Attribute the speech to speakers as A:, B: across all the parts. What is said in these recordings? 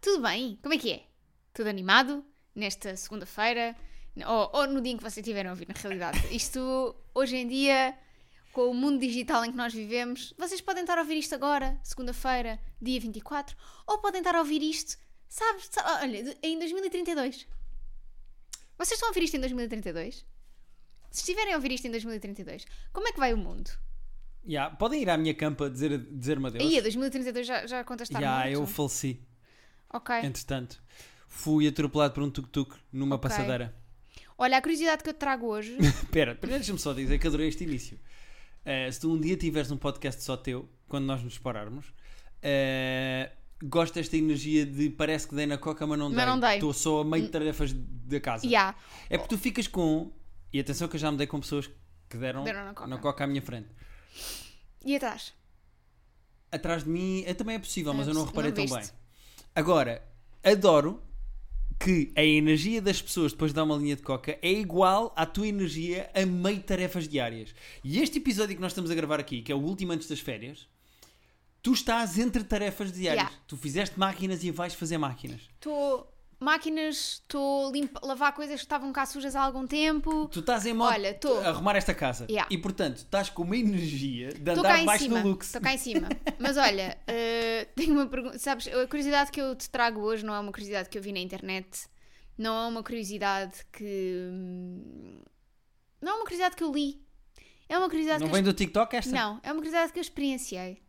A: tudo bem? Como é que é? Tudo animado? Nesta segunda-feira? Ou, ou no dia em que vocês tiveram a ouvir, na realidade. Isto, hoje em dia, com o mundo digital em que nós vivemos, vocês podem estar a ouvir isto agora, segunda-feira, dia 24, ou podem estar a ouvir isto, sabes, sabe, olha, em 2032. Vocês estão a ouvir isto em 2032? Se estiverem a ouvir isto em 2032, como é que vai o mundo?
B: Yeah, podem ir à minha campa dizer- dizer-me adeus.
A: Aí, a 2032 já, já contestaram
B: Yeah,
A: muito. É.
B: eu faleci,
A: Ok.
B: entretanto. Fui atropelado por um tuk-tuk numa
A: Ok.
B: passadeira.
A: Olha, a curiosidade que eu te trago hoje...
B: Espera, primeiro deixa-me só dizer que adorei este início. Eh, se tu um dia tiveres um podcast só teu, quando nós nos pararmos, eh, gosto desta energia de parece que dei na coca, mas não
A: Mas não dei.
B: dei. Estou só a meio de tarefas da casa.
A: yeah.
B: É porque tu ficas com. E atenção que eu já me dei com pessoas que deram,
A: Deram na coca.
B: à minha frente.
A: E atrás?
B: Atrás de mim é, também é possível,
A: Não
B: mas
A: é
B: eu não
A: possi-
B: reparei
A: não
B: tão bem.
A: viste.
B: Agora, adoro que a energia das pessoas depois de dar uma linha de coca é igual à tua energia a meio de tarefas diárias. E este episódio que nós estamos a gravar aqui, que é o último antes das férias, tu estás entre tarefas diárias.
A: Yeah.
B: Tu fizeste máquinas e vais fazer máquinas.
A: Estou... Máquinas, estou a lavar coisas que estavam cá sujas há algum tempo.
B: Tu estás em modo
A: Olha, tô.
B: a arrumar esta casa.
A: Yeah.
B: E portanto, estás com uma energia de
A: Estou
B: andar
A: cá em
B: debaixo
A: cima.
B: do luxo.
A: Estou cá em cima. Mas olha, eh, tenho uma pergunta. Sabes, a curiosidade que eu te trago hoje não é uma curiosidade que eu vi na internet. Não é uma curiosidade que. hum, Não é uma curiosidade que eu li. É uma curiosidade
B: Não
A: que eu.
B: vem do TikTok esta?
A: exper- Não, é uma curiosidade que eu experienciei.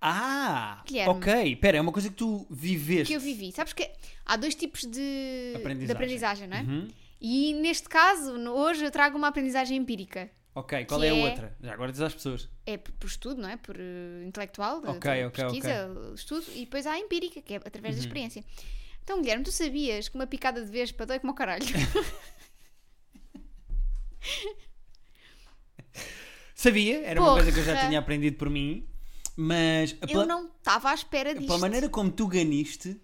B: Ah,
A: Guilherme.
B: ok. Espera, é uma coisa que tu viveste.
A: Que eu vivi. Sabes que há dois tipos de
B: Aprendizagem.
A: de aprendizagem não é?
B: Uhum.
A: E neste caso, no- hoje eu trago uma aprendizagem empírica.
B: Ok, qual
A: Que
B: é a
A: é-
B: outra? Já agora diz às pessoas.
A: É por por estudo, não é? Por eh, intelectual, de-
B: Ok,
A: de
B: ok, Uhum.
A: pesquisa, estudo, e depois há a empírica, que é através da experiência. Então, Guilherme, tu sabias que uma picada de vespa dói como o caralho?
B: Sabia, era uma
A: Porra.
B: coisa que eu já tinha aprendido por mim, mas a pela,
A: Eu não estava à espera disto.
B: pela maneira como tu ganiste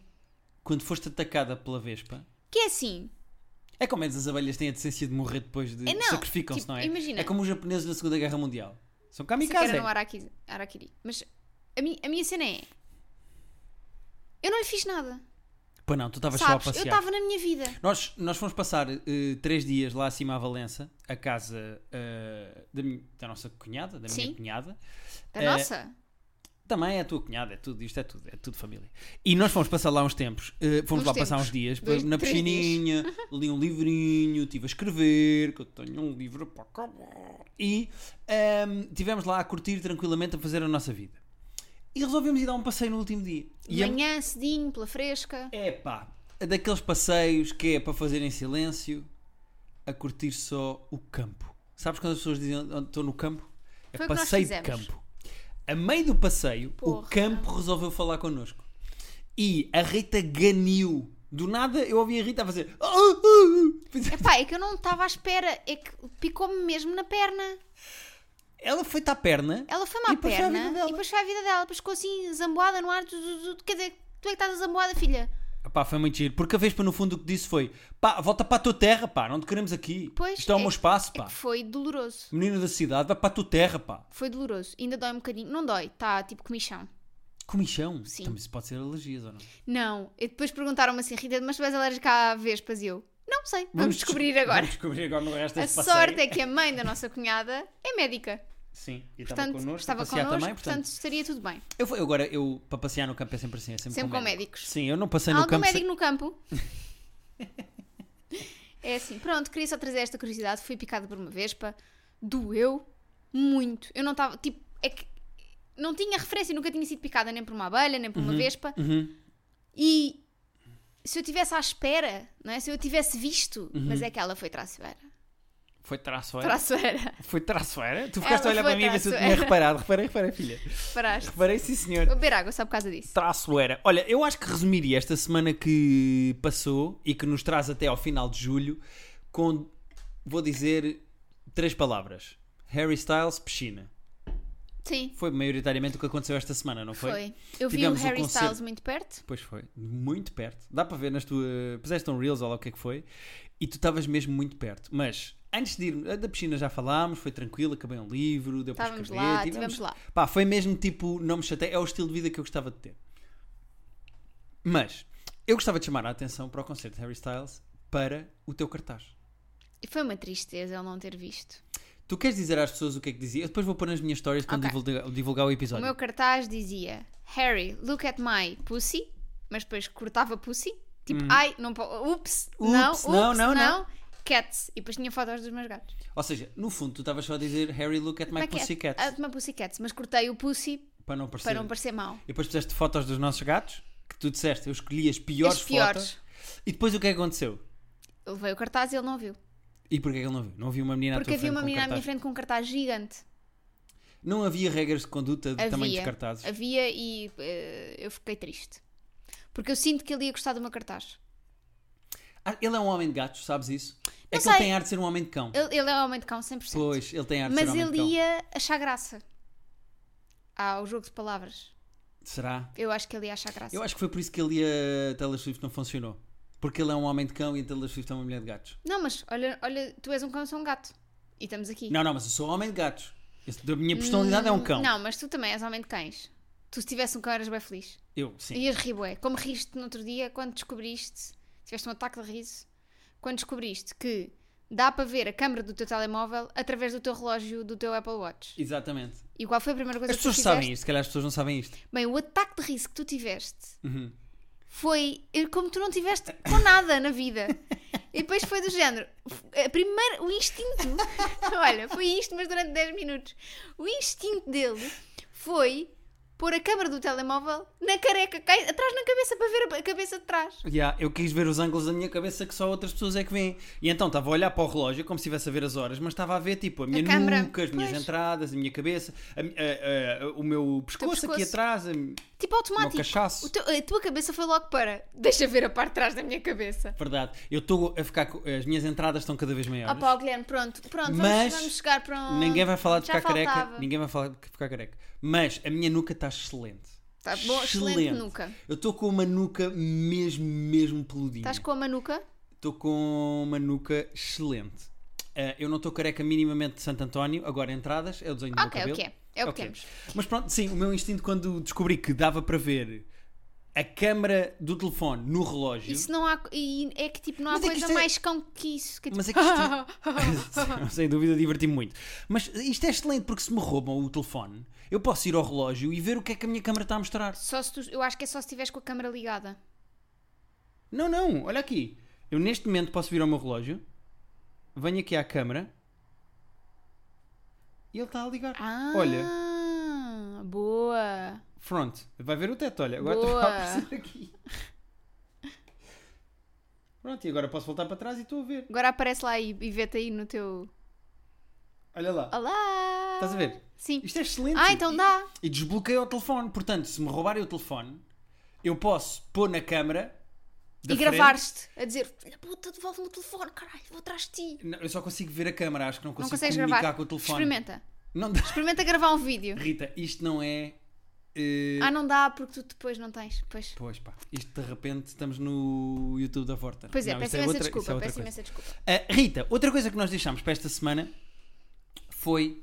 B: quando foste atacada pela Vespa.
A: Que é assim,
B: É como é que as abelhas têm a decência de morrer depois de
A: É, não,
B: sacrificam-se,
A: tipo,
B: não é?
A: imagina.
B: É como os japoneses na Segunda Guerra Mundial. São
A: sei que
B: kamikaze.
A: era no araki- Araquiri. Mas a, mi- a minha cena é... Eu não lhe fiz nada,
B: Pois não, tu estavas só a
A: sabes? Eu
B: passear.
A: estava na minha vida.
B: Nós, nós fomos passar eh, três dias lá acima à Valença, a casa eh, da, mi- da nossa cunhada, da
A: Sim.
B: minha cunhada.
A: Da
B: É,
A: nossa.
B: Também é a tua cunhada, é tudo, isto é tudo, é tudo família. E nós fomos passar lá uns tempos, eh, fomos
A: Uns
B: lá passar
A: tempos.
B: uns dias,
A: Dois,
B: na
A: três dias.
B: piscininha, li um livrinho, estive a escrever, que eu tenho um livro para acabar. E ehm, tivemos lá a curtir tranquilamente, a fazer a nossa vida. E resolvemos ir dar um passeio no último dia. E
A: De
B: a-
A: manhã, cedinho, pela fresca.
B: Epá, é daqueles passeios que é para fazer em silêncio, a curtir só o campo. Sabes quando as pessoas dizem "Oh, estou no campo? É
A: Foi o que nós
B: passeio de
A: fizemos.
B: campo. A meio do passeio,
A: Porra.
B: o campo resolveu falar connosco. E a Rita ganiu. Do nada eu ouvi a Rita a fazer. "Ah, ah, ah", fazer-
A: Epá, é que eu não estava à espera. É que picou-me mesmo na perna.
B: Ela foi-te à perna.
A: Ela foi-me à
B: E depois foi a
A: perna
B: vida dela.
A: e depois foi a vida dela, depois ficou assim zamboada no ar. tu, tu, tu, Quer dizer, tu é que estás zamboada, filha.
B: Pá, foi muito giro. Porque a Vespa, no fundo, o que disse foi: pá, volta para a tua terra, pá, não te queremos aqui.
A: Pois,
B: Isto é o
A: é
B: meu
A: que-
B: espaço,
A: É
B: pá.
A: que foi doloroso.
B: Menino da cidade, vai para a tua terra, pá.
A: Foi doloroso. Ainda dói um bocadinho. Não dói, tá tipo comichão.
B: Comichão?
A: Sim.
B: Também isso pode ser alergias ou não?
A: Não. E depois perguntaram-me assim, Rita, mas tu és alérgica a vespas? E eu, não sei. Vamos, descobrir
B: desco-
A: agora.
B: Vamos descobrir agora no resto
A: A
B: deste passeio.
A: sorte é que a mãe da nossa cunhada é médica.
B: Sim, e estava
A: Portanto,
B: connosco.
A: estava
B: a passear
A: connosco,
B: também,
A: portanto, estaria tudo bem.
B: Eu, fui- agora, eu, para passear no campo é sempre assim, é sempre,
A: Sempre com médicos.
B: Sim, eu não passei no
A: Algum
B: campo. sem-
A: médico no campo? é assim. Pronto, queria só trazer esta curiosidade. Fui picada por uma vespa. Doeu muito. Eu não estava. Tipo, é que. Não tinha referência, nunca tinha sido picada nem por uma abelha, nem por uma vespa.
B: Uhum.
A: E se eu tivesse à espera, não é? Se eu tivesse visto, mas é que ela foi traiçoeira.
B: Uhum. Foi traçoeira.
A: Traiçoeira.
B: Foi traçoeira? Tu ficaste a
A: Ela
B: olhar para
A: foi é."
B: mim e ver se eu tinha
A: traçoeira.
B: reparado. Reparei, reparei, filha.
A: Paraste.
B: Reparei, sim, senhor.
A: Vou beber água só por causa disso.
B: Traçoeira. Olha, eu acho que resumiria esta semana que passou e que nos traz até ao final de julho com, vou dizer, três palavras. Harry Styles, piscina.
A: Sim,
B: Foi maioritariamente o que aconteceu esta semana, não
A: foi.
B: foi?
A: Eu vi
B: Tivemos
A: o
B: o
A: Harry
B: concerto.
A: Styles muito perto.
B: Pois foi, muito perto. Dá para ver nas tuas. Puseste um Reels ou lá o que é que foi e tu estavas mesmo muito perto. Mas antes de ir, da piscina já falámos, foi tranquilo, acabei um livro, deu para
A: Estávamos
B: escrever.
A: lá, estivemos lá.
B: Pá, foi mesmo tipo, não me chatei, é o estilo de vida que eu gostava de ter. Mas Eu gostava de chamar a atenção para o concerto de Harry Styles para o teu cartaz.
A: E foi uma tristeza ele não ter visto.
B: Tu queres dizer às pessoas o que é que dizia? Eu depois vou pôr nas minhas histórias quando
A: Ok.
B: divulga- divulgar o
A: O
B: episódio.
A: meu cartaz dizia Harry, look at my pussy, mas depois cortava pussy, tipo, ai, não po- ups, não,
B: Hum. Ups,
A: ups,
B: não,
A: não,
B: não, não.
A: cats. E depois tinha fotos dos meus gatos.
B: Ou seja, no fundo, tu estavas só a dizer Harry, look at my
A: Como é que é?
B: pussycat.
A: Ah, uma pussy cats, mas cortei o pussy
B: Para não parecer.
A: para não parecer mau.
B: E depois puseste fotos dos nossos gatos, que tu disseste, eu escolhi as piores,
A: As piores.
B: fotos. E depois o que é que aconteceu?
A: Eu levei o cartaz e ele não viu.
B: E porquê é que ele não viu? Não havia uma menina à
A: Porque
B: tua
A: havia
B: frente
A: uma
B: com
A: menina à
B: cartaz?
A: minha frente com um cartaz gigante.
B: Não havia regras de conduta de tamanho dos
A: Havia.
B: cartazes.
A: Havia e eh, eu fiquei triste. Porque eu sinto que ele ia gostar do meu cartaz.
B: Ah, Ele é um homem de gatos, sabes isso? é
A: Não
B: que
A: sei.
B: ele tem ar de ser um homem de cão.
A: Ele, ele é homem de cão 100%.
B: Pois, ele tem ar de ser um
A: mas
B: homem
A: ele
B: de cão.
A: ia achar graça ao jogo de palavras.
B: Será?
A: Eu acho que ele ia achar graça.
B: Eu acho que foi por isso que ele ia Taylor Swift não funcionou. Porque ele é um homem de cão e a Taylor Swift é uma mulher de gatos.
A: Não, mas olha, olha, tu és um cão, eu sou um gato. E estamos aqui.
B: Não, não, mas eu sou um homem de gatos. Esse- A minha personalidade é um cão.
A: Hum, Não, mas tu também és homem de cães. Tu se tivesse um cão eras bem feliz.
B: Eu, sim.
A: Ias rir bué. Como riste no outro dia quando descobriste, tiveste um ataque de riso, quando descobriste que dá para ver a câmara do teu telemóvel através do teu relógio, do teu Apple Watch.
B: Exatamente.
A: E qual foi a primeira coisa
B: As
A: que tu
B: pessoas
A: fizeste?
B: sabem isto, se calhar as pessoas não sabem isto.
A: Bem, o ataque de riso que tu tiveste
B: Uhum.
A: foi eh, como tu não tiveste com nada na vida. E depois foi do género. A primeira, o instinto. Olha, foi isto, mas durante 10 minutos. O instinto dele foi pôr a câmara do telemóvel na careca, cá em- atrás na cabeça, para ver a- a cabeça de trás.
B: Ya, eu quis ver os ângulos da minha cabeça que só outras pessoas é que veem. E então estava a olhar para o relógio como se estivesse a ver as horas, mas estava a ver tipo a minha
A: câmara.
B: nuca, as minhas
A: Pois.
B: entradas, a minha cabeça, a mi- a- a- a- o meu pescoço, aqui
A: pescoço.
B: atrás. a-
A: Tipo automático.
B: Não, cachaço.
A: O teu- a tua cabeça foi logo para. Deixa ver a parte de trás da minha cabeça.
B: Verdade. Eu estou a ficar. com- As minhas entradas estão cada vez
A: Ah
B: maiores.
A: pá, Guilherme, pronto, pronto,
B: Mas
A: vamos, vamos chegar para um.
B: Ninguém vai falar de
A: Já
B: ficar careca.
A: faltava.
B: Ninguém vai falar de ficar careca. Mas a minha nuca está excelente.
A: Tá bom, excelente nuca.
B: Eu estou com uma nuca mesmo, mesmo peludinha.
A: Estás com a manuca?
B: Estou com uma nuca excelente. Ah, eu não estou careca minimamente de Santo António, agora entradas, é o desenho do meu
A: Ok,
B: cabelo.
A: o que é? É o que temos.
B: Mas pronto, sim, o meu instinto quando descobri que dava para ver a câmara do telefone no relógio.
A: Isso não há. E é que tipo, não há
B: Mas é que
A: coisa
B: isto é-
A: mais cão que isso. Que, é, tipo,
B: Mas é que isto... Sem dúvida, diverti-me muito. Mas isto é excelente porque se me roubam o telefone, eu posso ir ao relógio e ver o que é que a minha câmara está a mostrar.
A: Só se tu- eu acho que é só se estiveres com a câmara ligada.
B: Não, não, olha aqui. Eu neste momento posso vir ao meu relógio, venho aqui à câmara e ele está a ligar.
A: Ah,
B: Olha,
A: Boa.
B: front, vai ver o teto, olha, agora
A: Boa.
B: está a aparecer aqui. Pronto, e agora posso voltar para trás e estou a ver.
A: Agora aparece lá e, e vê-te aí no teu.
B: Olha lá.
A: Olá!
B: Estás a ver?
A: Sim.
B: Isto é excelente.
A: Ah, então
B: E-
A: dá.
B: E desbloqueei o telefone. Portanto, se me roubarem o telefone, eu posso pôr na câmara da
A: E
B: frente.
A: gravaste a dizer: Filha puta, devolve-me o telefone, caralho, vou atrás de ti.
B: Não, eu só consigo ver a câmara, acho que não
A: Não
B: consigo
A: consegues
B: comunicar
A: gravar?
B: com o telefone.
A: Experimenta.
B: Não dá.
A: Experimenta gravar um vídeo.
B: Rita, isto não é. eh,
A: Ah, não dá porque tu depois não tens. Pois,
B: Pois pá, isto de repente estamos no YouTube da Vorta.
A: pois é,
B: Não,
A: peço
B: isto
A: imensa
B: outra- isto
A: desculpa.
B: outra
A: peço
B: coisa.
A: imensa desculpa.
B: Ah, Rita, outra coisa que nós deixámos para esta semana foi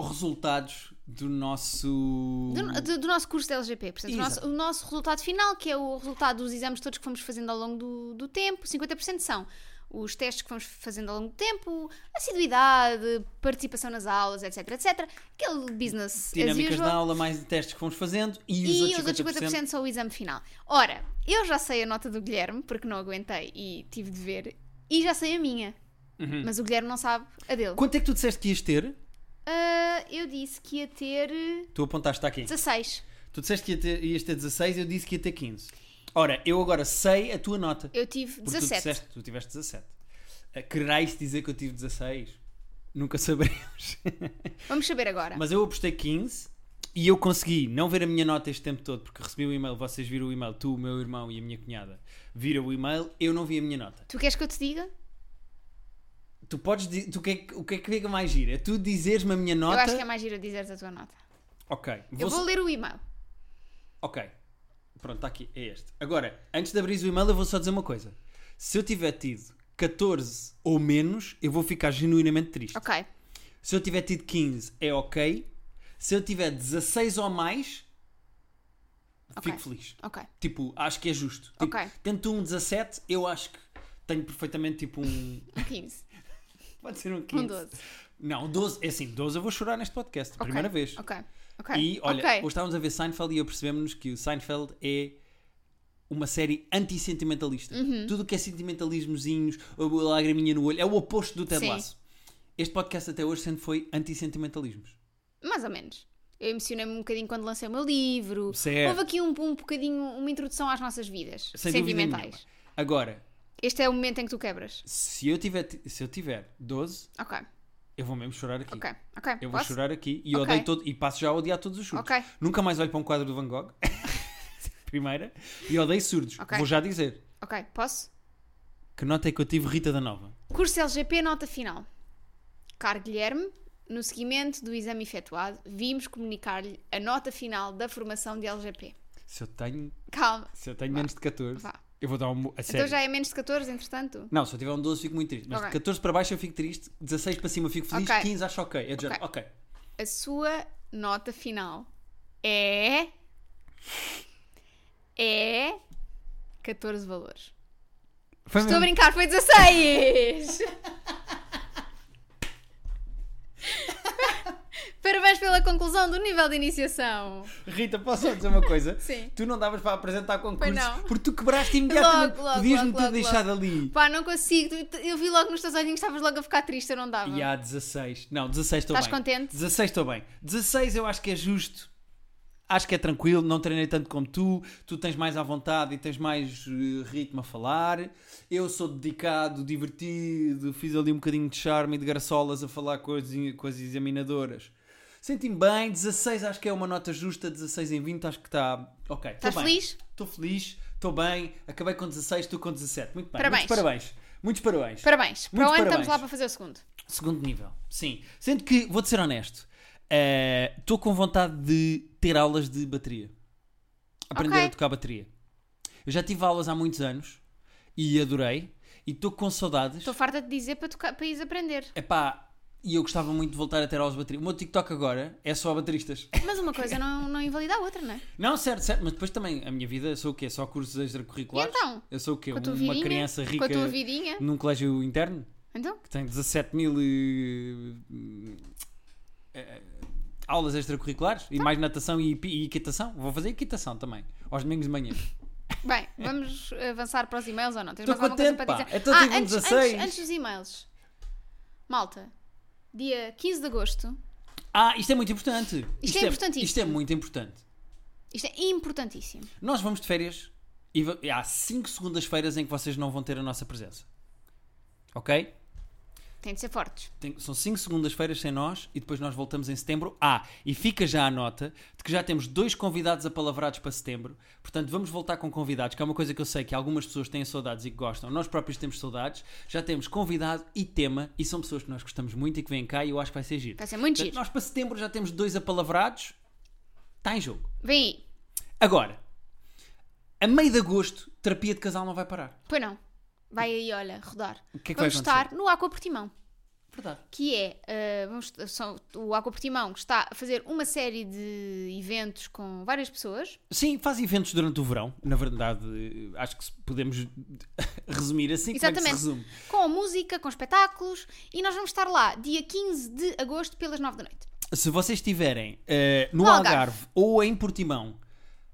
B: resultados do nosso.
A: Do, do- do nosso curso de LGP, portanto, o
B: Hum. Exato.
A: nosso, o nosso resultado final, que é o resultado dos exames todos que fomos fazendo ao longo do, do tempo, 50% são os testes que fomos fazendo ao longo do tempo, assiduidade, participação nas aulas, etc, etc. Aquele business as
B: Dinâmicas
A: usual.
B: da aula, mais testes que fomos fazendo e,
A: E
B: os
A: os
B: outros 50%.
A: outros 50% são o exame final. Ora, eu já sei a nota do Guilherme, porque não aguentei e tive de ver, e já sei a minha.
B: Uhum.
A: Mas o Guilherme não sabe a dele.
B: Quanto é que tu disseste que ias ter?
A: Ah, eu disse que ia ter eh,
B: Tu apontaste tá aqui.
A: 16.
B: Tu disseste que ia ter, ias ter 16, eu disse que ia ter 15. Ora, eu agora sei a tua nota.
A: Eu tive
B: Porque
A: 17.
B: Tu, disseste, tu tiveste 17. Ah, Querás dizer que eu tive 16? Nunca saberemos.
A: Vamos saber agora.
B: Mas eu apostei 15 e eu consegui não ver a minha nota este tempo todo, porque recebi o e-mail, vocês viram o e-mail, tu, o meu irmão e a minha cunhada viram o e-mail, eu não vi a minha nota.
A: Tu queres que eu te diga?
B: Tu podes dizer, tu, que é que- o que é que fica mais gira? Tu dizeres-me a minha
A: Eu
B: nota.
A: acho que é mais giro dizeres a tua nota.
B: Ok,
A: Eu
B: vou-
A: vou ler o e-mail.
B: Ok. Pronto, está aqui. É este. Agora, antes de abrir o e-mail, eu vou só dizer uma coisa. Se eu tiver tido 14 ou menos, eu vou ficar genuinamente triste.
A: Ok.
B: Se eu tiver tido 15, é ok. Se eu tiver 16 ou mais,
A: Ok.
B: Fico feliz.
A: Ok.
B: Tipo, acho que é justo. Tipo,
A: Ok.
B: Tento um 17, eu acho que tenho perfeitamente tipo um.
A: Um 15.
B: Pode ser um 15.
A: Um 12.
B: Não, 12. É assim, 12 eu vou chorar neste podcast.
A: Ok,
B: Primeira vez.
A: Ok. Ok.
B: E olha,
A: Ok.
B: hoje estávamos a ver Seinfeld e apercebemos-nos que o Seinfeld é uma série antissentimentalista.
A: Uhum.
B: Tudo o que é sentimentalismozinhos, a lagriminha no olho, é o oposto do Ted
A: Sim.
B: Lasso. Este podcast até hoje sempre foi antissentimentalismos.
A: Mais ou menos. Eu emocionei-me um bocadinho quando lancei o meu livro.
B: Certo.
A: Houve aqui um, um bocadinho uma introdução às nossas vidas
B: Sem dúvida nenhuma.
A: sentimentais.
B: Agora,
A: Este é o momento em que tu quebras.
B: se eu tiver, se eu tiver 12,
A: Ok,
B: eu vou mesmo chorar aqui.
A: ok, ok.
B: Eu vou
A: Posso?
B: chorar aqui e,
A: Ok.
B: odeio todo, e passo já a odiar todos os surdos.
A: Ok.
B: Nunca mais olho para um quadro do Van Gogh. Primeira. E odeio surdos.
A: Ok.
B: Vou já dizer.
A: Ok, posso?
B: Que nota é que eu tive Rita da Nova?
A: Curso LGP, nota final. Caro Guilherme, no seguimento do exame efetuado, vimos comunicar-lhe a nota final da formação de LGP.
B: Se eu tenho,
A: Calma.
B: se eu tenho menos de 14,
A: Vá.
B: eu vou dar um. bo- A sério.
A: Então já é menos de 14, entretanto?
B: Não, se eu tiver um 12, fico muito triste. Mas
A: Ok.
B: de 14 para baixo eu fico triste, 16 para cima eu fico feliz,
A: Ok.
B: 15 acho ok. É do género, ok.
A: A sua nota final é. É. 14 valores.
B: Foi
A: Estou a
B: mesmo.
A: brincar, foi 16! Parabéns pela conclusão do nível de iniciação.
B: Rita, posso só dizer uma coisa?
A: Sim.
B: Tu não davas para apresentar concursos
A: não.
B: porque tu quebraste imediatamente.
A: Logo, logo,
B: Podias-me
A: logo,
B: ter
A: logo,
B: deixado ali.
A: Pá, não consigo. tu- Eu vi logo nos teus olhinhos que estavas logo a ficar triste, eu não dava.
B: E há 16. Não, 16 estou bem.
A: Estás contente?
B: 16 estou bem. 16 eu acho que é justo. Acho que é tranquilo, não treinei tanto como tu, tu tens mais à vontade e tens mais eh, ritmo a falar. Eu sou dedicado, divertido, fiz ali um bocadinho de charme e de graçolas a falar com as, com as examinadoras. Senti-me bem, 16 acho que é uma nota justa, 16 em 20 acho que está ok.
A: Estás feliz?
B: Estou feliz, estou bem, acabei com 16, tu com 17. Muito bem,
A: Parabéns.
B: muitos parabéns. Muitos parabéns.
A: Parabéns.
B: Muito
A: para onde
B: parabéns.
A: estamos lá para fazer o segundo?
B: Segundo nível, sim. Sendo que, vou-te ser honesto, eh, estou com vontade de ter aulas de bateria. Aprender
A: Ok.
B: a tocar bateria. Eu já tive aulas há muitos anos e adorei. E estou com saudades.
A: Estou farta de dizer para, tocar, para ires aprender.
B: Epá, e eu gostava muito de voltar a ter aulas de bateria. O meu TikTok agora é só bateristas.
A: Mas uma coisa não, não invalida a outra, não é?
B: Não, certo, certo. Mas depois também, a minha vida, sou o quê? Só cursos extracurriculares?
A: E então?
B: Eu sou o quê?
A: Com a tua
B: Uma
A: vidinha?
B: criança
A: Com
B: rica
A: a tua vidinha?
B: num colégio interno?
A: Então?
B: que tem 17 mil e, hum, eh, aulas extracurriculares
A: Tá.
B: e mais natação e, pi- e equitação. Vou fazer equitação também, aos domingos de manhã.
A: Bem, vamos avançar para os e-mails ou não? Tens
B: Tô
A: mais alguma coisa para
B: contente, pá.
A: dizer? Ah,
B: Então digo um
A: antes,
B: 16.
A: antes, antes dos e-mails. Malta, dia 15 de agosto,
B: Ah, isto é muito importante.
A: Isto é importantíssimo.
B: Isto é muito importante.
A: isto é importantíssimo.
B: Nós vamos de férias e va- e há 5 segundas-feiras em que vocês não vão ter a nossa presença. Ok?
A: Tem de ser fortes.
B: Tem- são 5 segundas-feiras sem nós e depois nós voltamos em setembro. Ah, e fica já a nota de que já temos dois convidados apalavrados para setembro. Portanto, vamos voltar com convidados, que é uma coisa que eu sei que algumas pessoas têm saudades e que gostam. Nós próprios temos saudades. Já temos convidado e tema e são pessoas que nós gostamos muito e que vêm cá e eu acho que vai ser giro.
A: Vai ser muito
B: Portanto,
A: giro.
B: nós para setembro já temos dois apalavrados. Está em jogo.
A: Vem aí.
B: Agora, a meio de agosto, terapia de casal não vai parar.
A: Pois não. Vai aí, olha, rodar.
B: O que é que vai
A: vamos
B: acontecer?
A: estar no Aqua Portimão.
B: Verdade.
A: que é eh, vamos, são, o Aqua Portimão que está a fazer uma série de eventos com várias pessoas.
B: Sim, faz eventos durante o verão. Na verdade, eh, acho que se podemos resumir assim. Como é que
A: Exatamente.
B: se resume?
A: Com música, com espetáculos, e nós vamos estar lá dia 15 de agosto pelas 9 da noite.
B: Se vocês estiverem eh, no,
A: No
B: Algarve.
A: Algarve.
B: ou em Portimão,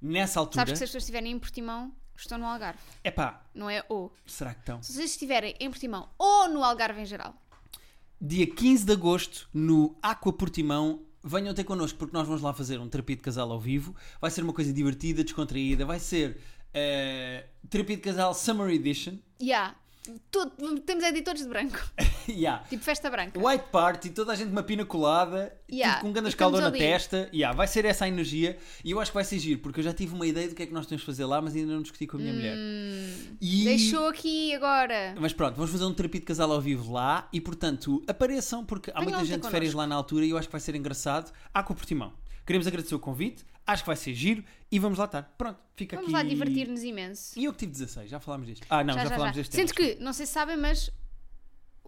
B: nessa altura,
A: Sabes que se as pessoas estiverem em Portimão, estão no Algarve,
B: epá,
A: não é o.
B: será que estão?
A: Se vocês estiverem em Portimão ou no Algarve em geral,
B: Dia 15 de agosto, no Aqua Portimão, venham ter connosco, porque nós vamos lá fazer um terapia de casal ao vivo. Vai ser uma coisa divertida, descontraída, vai ser eh, terapia de casal Summer Edition.
A: já. Tudo- Temos é de ir todos de branco,
B: yeah.
A: tipo festa branca.
B: White party, toda a gente uma pina colada,
A: Yeah,
B: tudo com um
A: e
B: grande escaldão na
A: estamos ali.
B: testa. Yeah, vai ser essa a energia e eu acho que vai ser giro, porque eu já tive uma ideia do que é que nós temos de fazer lá, mas ainda não discuti com a minha mulher. E-
A: Hum, Deixou aqui agora.
B: Mas pronto, vamos fazer um terapia de casal ao vivo lá e, portanto, apareçam, porque há
A: Venham
B: muita
A: ter
B: gente de
A: connosco.
B: férias lá na altura e eu acho que vai ser engraçado. Há com o Portimão. Queremos agradecer o convite, acho que vai ser giro e vamos lá estar. Pronto, fica
A: Vamos
B: aqui.
A: lá divertir-nos imenso.
B: E eu que tive 16, já falámos disto. Ah, não, já, falámos deste tema.
A: Sendo que, não sei se sabem, mas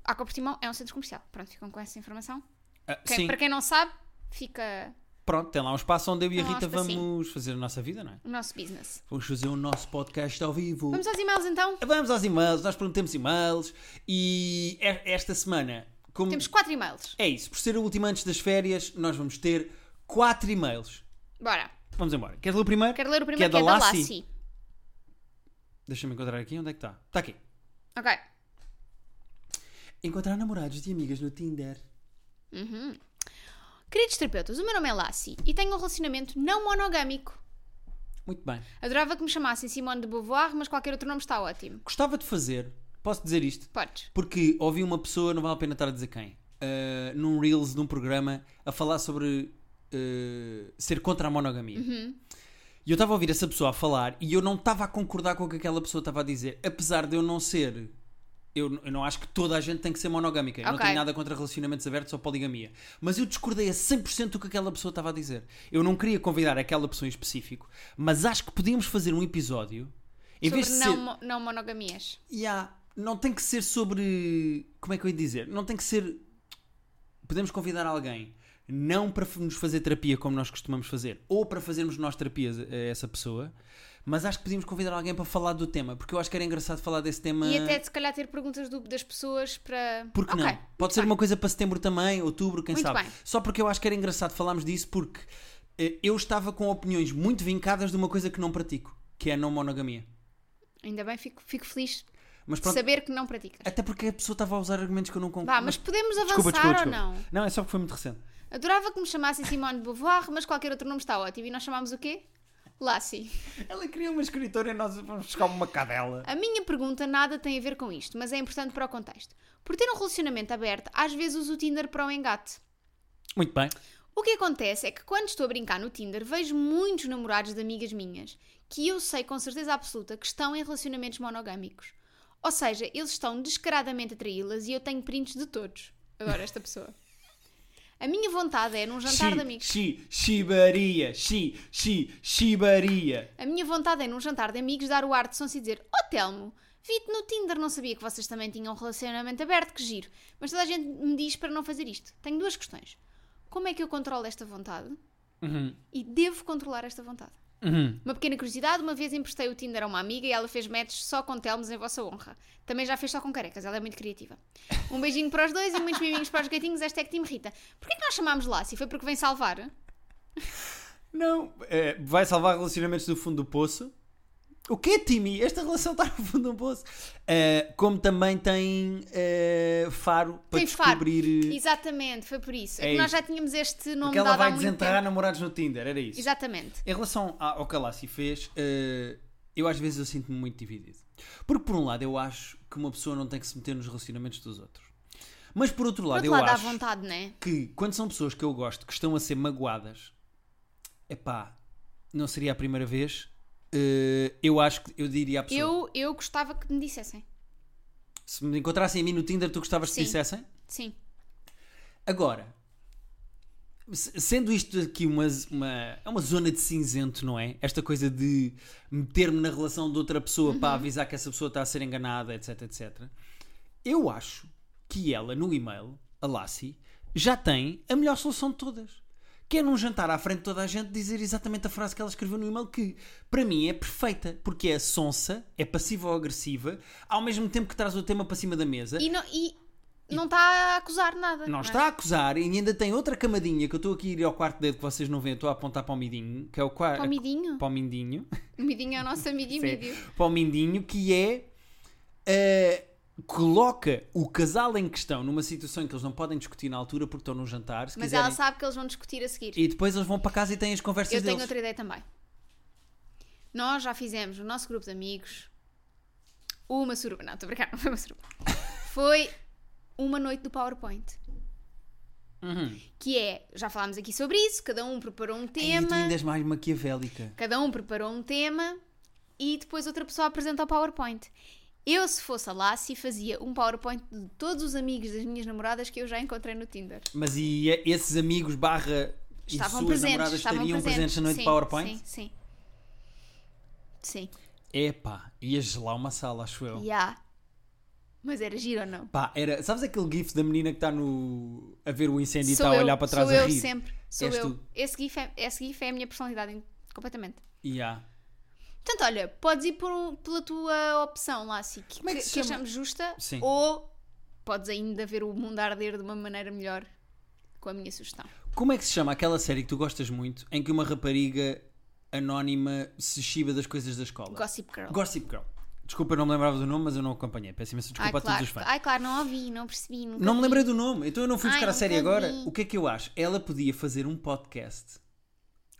A: a Copertimão é um centro comercial. Pronto, ficam com essa informação.
B: Ah,
A: Quem-
B: sim.
A: para quem não sabe, fica
B: Pronto, tem lá um espaço onde eu e a
A: Tem lá um
B: Rita
A: espacinho.
B: vamos fazer a nossa vida, não é?
A: O nosso business.
B: Vamos fazer o nosso podcast ao vivo.
A: Vamos aos e-mails então?
B: Vamos aos e-mails, nós prometemos e-mails e e- esta semana, como
A: Temos quatro e-mails.
B: é isso, por ser o último antes das férias, nós vamos ter quatro e-mails.
A: Bora.
B: Vamos embora. Queres ler o primeiro?
A: Quero ler o
B: Que
A: primeiro
B: é
A: que
B: da
A: é da
B: Lassie.
A: Lassie.
B: Deixa-me encontrar aqui, onde é que está? Está aqui.
A: Ok.
B: Encontrar namorados e amigas no Tinder.
A: Queridos terapeutas, o meu nome é Lassie e tenho um relacionamento não monogâmico.
B: Muito bem.
A: Adorava que me chamassem Simone de Beauvoir, mas qualquer outro nome está ótimo.
B: Gostava de fazer, posso dizer isto?
A: Podes.
B: Porque ouvi uma pessoa, não vale a pena estar a dizer quem, ah, num Reels de um programa a falar sobre ah, ser contra a monogamia.
A: Uhum.
B: E eu estava a ouvir essa pessoa a falar e eu não estava a concordar com o que aquela pessoa estava a dizer, apesar de eu não ser. Eu, n- eu não acho que toda a gente tem que ser monogâmica. Eu não
A: Ok.
B: tenho nada contra relacionamentos abertos ou poligamia. Mas eu discordei a 100% do que aquela pessoa estava a dizer. Eu não queria convidar aquela pessoa em específico, mas acho que podíamos fazer um episódio. Em
A: Sobre
B: vez de
A: não,
B: ser-
A: mo- não monogamias.
B: e há- não tem que ser sobre. Como é que eu ia dizer? Não tem que ser. Podemos convidar alguém, não para f- nos fazer terapia como nós costumamos fazer, ou para fazermos nós terapias a essa pessoa, mas acho que podíamos convidar alguém para falar do tema, porque eu acho que era engraçado falar desse tema.
A: E até se calhar ter perguntas do- das pessoas para.
B: Porque
A: Ok,
B: não? Pode ser
A: bem.
B: uma coisa para setembro também, outubro, quem
A: Muito
B: sabe.
A: bem.
B: Só porque eu acho que era engraçado falarmos disso, porque eh, eu estava com opiniões muito vincadas de uma coisa que não pratico, que é a não monogamia.
A: Ainda bem, fico, fico feliz
B: Mas
A: de
B: pronto,
A: saber que não praticas.
B: até porque a pessoa estava a usar argumentos que eu não concordo.
A: Vá, mas podemos avançar
B: Desculpa, desculpa,
A: ou
B: desculpa.
A: não?
B: Não, é só porque foi muito recente.
A: Adorava que me chamassem Simone de Beauvoir, mas qualquer outro nome está ótimo. E nós chamámos o quê? Lassie.
B: Ela queria uma escritora e nós vamos buscar uma cadela.
A: A minha pergunta nada tem a ver com isto, mas é importante para o contexto. Por ter um relacionamento aberto, às vezes uso o Tinder para o engate.
B: Muito bem.
A: O que acontece é que quando estou a brincar no Tinder, vejo muitos namorados de amigas minhas que eu sei com certeza absoluta que estão em relacionamentos monogâmicos. Ou seja, eles estão descaradamente a traí-las e eu tenho prints de todos. Agora, esta pessoa. A minha vontade é, num jantar de amigos.
B: Xi, xibaria, xi, xi, xibaria.
A: A minha vontade é, num jantar de amigos, dar o ar de sonso e dizer: Oh Telmo, vi-te no Tinder, não sabia que vocês também tinham um relacionamento aberto, que giro. Mas toda a gente me diz para não fazer isto. Tenho duas questões. Como é que eu controlo esta vontade?
B: Uhum,
A: E devo controlar esta vontade?
B: uhum.
A: Uma pequena curiosidade: uma vez emprestei o Tinder a uma amiga e ela fez matches só com Telmos em vossa honra. Também já fez só com carecas, ela é muito criativa. Um beijinho para os dois e muitos miminhos para os gatinhos. Hashtag Team Rita. Porquê que nós chamámos Lassie? Foi porque vem salvar?
B: Não, é, vai salvar relacionamentos do fundo do poço. O quê, Timmy? Esta relação está no fundo do poço. É, como também tem é, faro para
A: Tem faro.
B: descobrir. eh,
A: Exatamente, foi por isso. É
B: É
A: que nós
B: isso.
A: já tínhamos este nome
B: Porque ela
A: dado há
B: vai
A: muito
B: desenterrar
A: tempo.
B: namorados no Tinder, era isso.
A: Exatamente.
B: Em relação a- ao que a Lassie fez, eh, eu às vezes eu sinto-me muito dividido. Porque por um lado eu acho que uma pessoa não tem que se meter nos relacionamentos dos outros. Mas por outro
A: Por
B: lado,
A: outro lado,
B: eu
A: há
B: acho
A: vontade, né?
B: que quando são pessoas que eu gosto que estão a ser magoadas, epá, não seria a primeira vez. eh, eu acho que eu diria à pessoa:
A: Eu, eu gostava que me dissessem.
B: se me encontrassem a mim no Tinder, tu gostavas que
A: Sim.
B: dissessem?
A: Sim.
B: Agora, se- sendo isto aqui uma, uma, é uma zona de cinzento, não é? Esta coisa de meter-me na relação de outra pessoa para avisar que essa pessoa está a ser enganada, etc, etc. Eu acho que ela, no e-mail, a Lassie, já tem a melhor solução de todas. Que é num jantar à frente de toda a gente dizer exatamente a frase que ela escreveu no e-mail, que para mim é perfeita, porque é sonsa, é passiva ou agressiva, ao mesmo tempo que traz o tema para cima da mesa.
A: E não, e não está a acusar nada.
B: É. Não
A: é?
B: está a acusar e ainda tem outra camadinha que eu estou aqui a ir ao quarto dedo que vocês não veem, eu estou a apontar para o midinho, que é o quarto.
A: Para o Midinho.
B: Para o mindinho.
A: O Midinho é o nosso amigo e Midio.
B: Para o mindinho, que é. uh, coloca o casal em questão numa situação em que eles não podem discutir na altura porque estão num jantar, se
A: Mas
B: quiserem.
A: ela sabe que eles vão discutir a seguir.
B: E depois eles vão para casa e têm as conversas
A: Eu tenho
B: deles.
A: outra ideia também. Nós já fizemos no nosso grupo de amigos uma suruba. Não, estou a brincar, não foi uma suruba. Foi uma noite do PowerPoint.
B: Uhum.
A: Que é, já falámos aqui sobre isso, cada um preparou um
B: E tu
A: tema.
B: ainda és mais maquiavélica.
A: Cada um preparou um tema e depois outra pessoa apresenta o PowerPoint. Eu, se fosse a Lassie, fazia um PowerPoint de todos os amigos das minhas namoradas que eu já encontrei no Tinder.
B: Mas e eh, esses amigos barra e
A: Estavam
B: suas
A: presentes,
B: namoradas
A: estavam
B: estariam
A: presentes.
B: presentes na noite
A: sim,
B: de PowerPoint?
A: Sim, sim. Sim,
B: Epá, ia gelar uma sala, acho eu.
A: yeah. Mas era giro ou não?
B: Pá, era. Sabes aquele gif da menina que está tá no. a ver o incêndio e
A: Sou
B: está tá a
A: eu,
B: olhar para trás
A: sou
B: a
A: eu
B: rir?
A: sempre. Sou
B: És
A: eu.
B: tu.
A: Esse gif, é, esse gif é a minha personalidade em- completamente.
B: Yeah.
A: Portanto, olha, podes ir por um- pela tua opção lá, assim, que,
B: Como é que
A: que-
B: se
A: que
B: chama?
A: achamos justa,
B: Sim.
A: ou podes ainda ver o mundo arder de uma maneira melhor com a minha sugestão.
B: Como é que se chama aquela série que tu gostas muito em que uma rapariga anónima se chiba das coisas da escola?
A: Gossip Girl.
B: Gossip Girl. Desculpa, eu não me lembrava do nome, mas eu não acompanhei. Peço imensa
A: Ai,
B: desculpa a
A: claro. Ah,
B: todos os fãs.
A: Ai, claro, não ouvi, não percebi. Nunca
B: Não me
A: vi.
B: lembrei do nome, então eu não fui
A: Ai,
B: buscar a
A: nunca
B: série agora.
A: vi.
B: O que é que eu acho? Ela podia fazer um podcast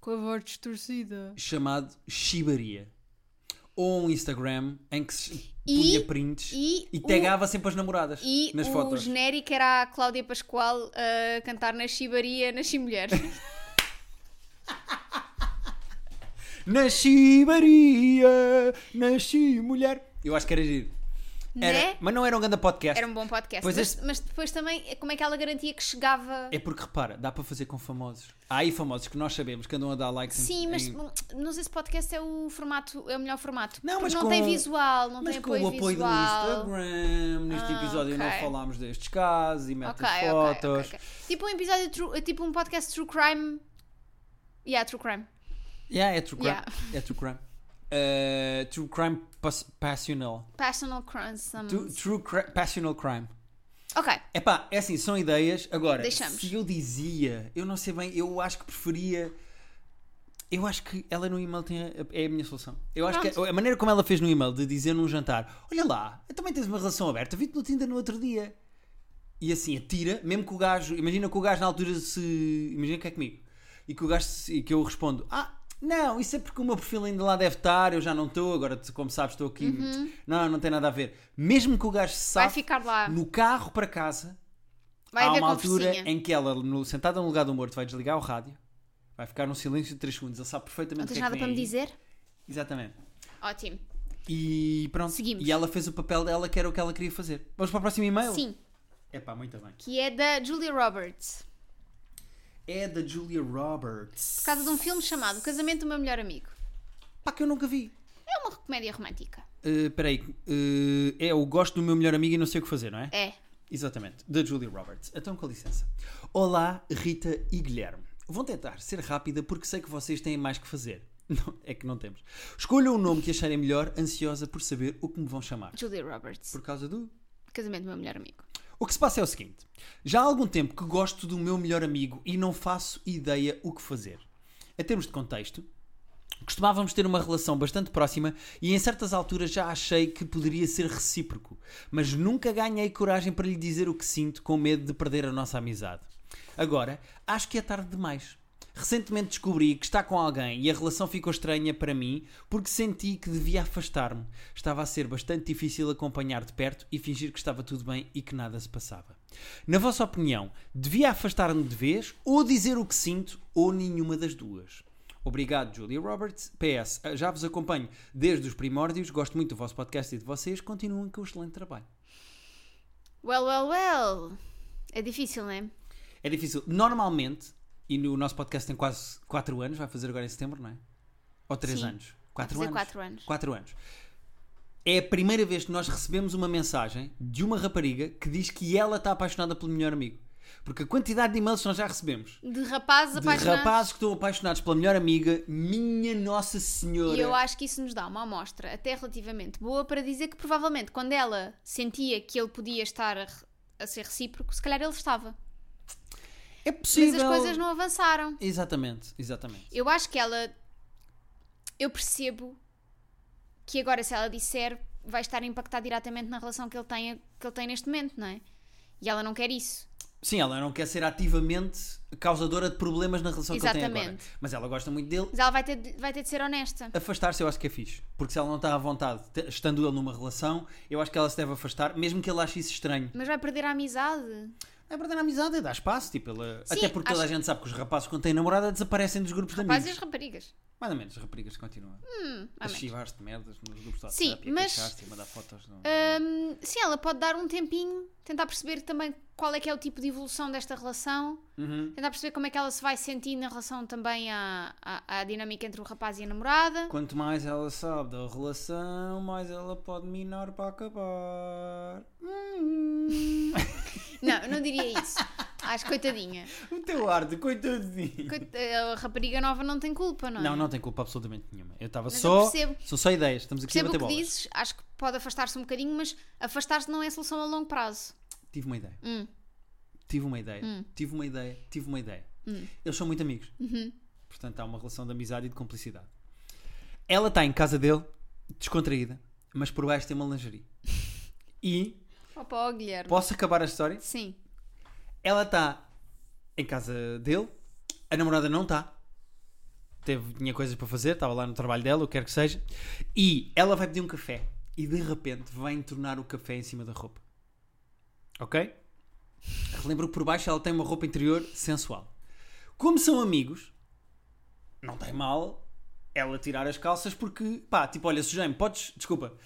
A: Com a voz distorcida.
B: chamado Chibaria. Ou um Instagram em que se
A: E-
B: punha prints
A: e
B: e, tagava sempre as namoradas
A: E
B: nas
A: o
B: fotos.
A: genérico era a Cláudia Pascoal a cantar na chibaria nas Mulheres.
B: Na Chibaria, nasci mulher. Eu acho que era giro. Era-
A: Né?
B: Mas não era um grande podcast.
A: Era um bom podcast.
B: Pois
A: Mas,
B: este-
A: mas depois também, como é que ela garantia que chegava.
B: É porque repara, dá para fazer com famosos. Há aí famosos que nós sabemos que andam a dar likes em-
A: Sim, mas
B: em-
A: não sei se podcast é o formato, é o melhor formato.
B: Não,
A: Porque
B: mas
A: não
B: com-
A: tem visual, não
B: Mas
A: tem
B: com
A: apoio,
B: o apoio do
A: visual.
B: Instagram, neste
A: Ah,
B: episódio
A: ok.
B: não falámos destes casos e metas
A: Ok, ok,
B: fotos.
A: ok, ok. Tipo um episódio, true- tipo um podcast True Crime. Yeah, True Crime.
B: Yeah, é true crime.
A: Yeah.
B: É true crime. Uh, true crime pas- passional.
A: Passional Crimes. um,
B: Tu- true cri- passional crime.
A: Ok,
B: Epá, é assim, são ideias. Agora,
A: Deixamos.
B: se eu dizia, eu não sei bem, eu acho que preferia. Eu acho que ela no e-mail tem a- é a minha solução. Eu acho que a, a maneira como ela fez no e-mail de dizer num jantar: Olha lá, eu também tens uma relação aberta, vi-te no Tinder no outro dia. E assim, atira, mesmo que o gajo. Imagina que o gajo na altura se. Imagina que é comigo. E que o gajo. se- e que eu respondo: Ah, não, isso é porque o meu perfil ainda lá deve estar, eu já não estou, agora, tu- como sabes, estou aqui. Não, não tem nada a ver. Mesmo que o gajo se
A: Uhum. vai
B: sabe,
A: ficar lá.
B: tá no carro para casa,
A: Vai
B: há
A: haver
B: uma altura
A: conversinha.
B: em que ela, no- sentada no lugar do morto, vai desligar o rádio, vai ficar num silêncio de 3 segundos, ele sabe perfeitamente
A: Não
B: o que
A: tens
B: é
A: nada
B: que
A: para
B: vem
A: me
B: aí.
A: dizer?
B: Exatamente.
A: Ótimo.
B: E pronto.
A: Seguimos.
B: E ela fez o papel dela, que era o que ela queria fazer. Vamos para o próximo e-mail?
A: Sim,
B: Epá, muito bem.
A: que é da Julia Roberts.
B: É da Julia Roberts.
A: Por causa de um filme chamado O Casamento do Meu Melhor Amigo.
B: Pá, que eu nunca vi.
A: É uma comédia romântica.
B: Uh, peraí. Uh, é o gosto do meu melhor amigo e não sei o que fazer, não é?
A: É.
B: Exatamente, da Julia Roberts. Então, com licença. Olá, Rita e Guilherme. Vou tentar ser rápida porque sei que vocês têm mais que fazer. Não, é que não temos. Escolham o nome que acharem melhor, ansiosa por saber o que me vão chamar.
A: Julia Roberts.
B: Por causa do.
A: Casamento do Meu Melhor Amigo.
B: O que se passa é o seguinte: já há algum tempo que gosto do meu melhor amigo e não faço ideia o que fazer. A termos de contexto, costumávamos ter uma relação bastante próxima e em certas alturas já achei que poderia ser recíproco, mas nunca ganhei coragem para lhe dizer o que sinto com medo de perder a nossa amizade. Agora, acho que é tarde demais. Recentemente descobri que está com alguém e a relação ficou estranha para mim porque senti que devia afastar-me. Estava a ser bastante difícil acompanhar de perto e fingir que estava tudo bem e que nada se passava. Na vossa opinião, devia afastar-me de vez ou dizer o que sinto ou nenhuma das duas? Obrigado, Julia Roberts. PS, já vos acompanho desde os primórdios, gosto muito do vosso podcast e de vocês, continuem com o excelente trabalho.
A: Well, well, well. É difícil, não é?
B: É difícil. Normalmente, e no nosso podcast tem quase 4 anos, vai fazer agora em setembro, não é? Ou 3
A: Sim.
B: anos? 4
A: fazer
B: anos.
A: quatro anos.
B: 4 anos. É a primeira vez que nós recebemos uma mensagem de uma rapariga que diz que ela está apaixonada pelo melhor amigo. Porque a quantidade de e-mails que nós já recebemos
A: De rapazes
B: de
A: apaixonados.
B: rapazes que estão apaixonados pela melhor amiga, minha Nossa Senhora.
A: E eu acho que isso nos dá uma amostra até relativamente boa para dizer que provavelmente quando ela sentia que ele podia estar a, re- a ser recíproco, se calhar ele estava.
B: É
A: Mas
B: possível.
A: as coisas não avançaram.
B: Exatamente, exatamente.
A: Eu acho que ela. Eu percebo que agora, se ela disser, vai estar a impactar diretamente na relação que ele tem, que ele tem neste momento, não é? E ela não quer isso.
B: Sim, ela não quer ser ativamente causadora de problemas na relação que ele tem agora.
A: Exatamente.
B: Mas ela gosta muito dele.
A: Mas ela vai ter, de- vai ter de ser honesta.
B: Afastar-se eu acho que é fixe. Porque se ela não está à vontade, te- estando ele numa relação, eu acho que ela se deve afastar, mesmo que ele ache isso estranho.
A: Mas vai perder a amizade.
B: É verdade, a amizade é dar espaço. Tipo, ela-
A: Sim,
B: Até porque toda a
A: acho-
B: gente sabe que os rapazes quando têm namorada desaparecem dos grupos de
A: Rapazes e Hum, as
B: amigos.
A: raparigas.
B: Mais ou menos, as raparigas continuam. a
A: amém.
B: chivar-se de merdas nos grupos de
A: Sim,
B: WhatsApp e a
A: mas-
B: queixar-se e a mandar fotos. Não...
A: Hum, sim, ela pode dar um tempinho, tentar perceber também qual é que é o tipo de evolução desta relação,
B: Uhum.
A: tentar perceber como é que ela se vai sentir na relação também à, à, à dinâmica entre o rapaz e a namorada.
B: Quanto mais ela sabe da relação, mais ela pode minar para acabar. Hum.
A: Não, eu não diria isso. Acho coitadinha.
B: O teu ar de coitadinho.
A: Coit- eh, A rapariga nova não tem culpa, não é?
B: Não, não tem culpa absolutamente nenhuma. Eu estava
A: Mas
B: só.
A: eu percebo-
B: São só ideias. Estamos aqui
A: Percebo
B: a
A: o
B: bater
A: que
B: bolas.
A: dizes, acho que pode afastar-se um bocadinho, mas afastar-se não é solução a longo prazo.
B: Tive uma ideia.
A: Hum.
B: Tive uma ideia. Tive uma ideia. Tive uma ideia.
A: Hum.
B: Eles são muito amigos.
A: Uhum.
B: Portanto, há uma relação de amizade e de cumplicidade. Ela está em casa dele, descontraída, mas por baixo tem uma lingerie. E,
A: Opa, ó, Guilherme.
B: posso acabar a história?
A: Sim.
B: Ela está em casa dele, a namorada não está. Teve, tinha coisas para fazer, estava lá no trabalho dela, o que quer que seja. E ela vai pedir um café e de repente vai entornar o café em cima da roupa. Ok? Relembro que por baixo ela tem uma roupa interior sensual. Como são amigos, não tem mal ela tirar as calças porque, pá, tipo, olha, sujei-me, podes, desculpa,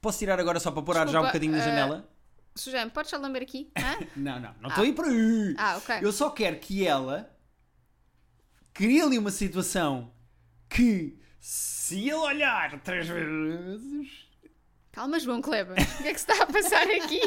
B: posso tirar agora só para pôr ar já um
A: Desculpa,
B: bocadinho na
A: eh,
B: janela?
A: Sujane, podes só lamber aqui? Hã?
B: Não, não, não estou aí para aí.
A: Ah, ok.
B: Eu só quero que ela crie ali uma situação que, se ele olhar três vezes.
A: Calma, João Kleber. O que é que se está a passar aqui?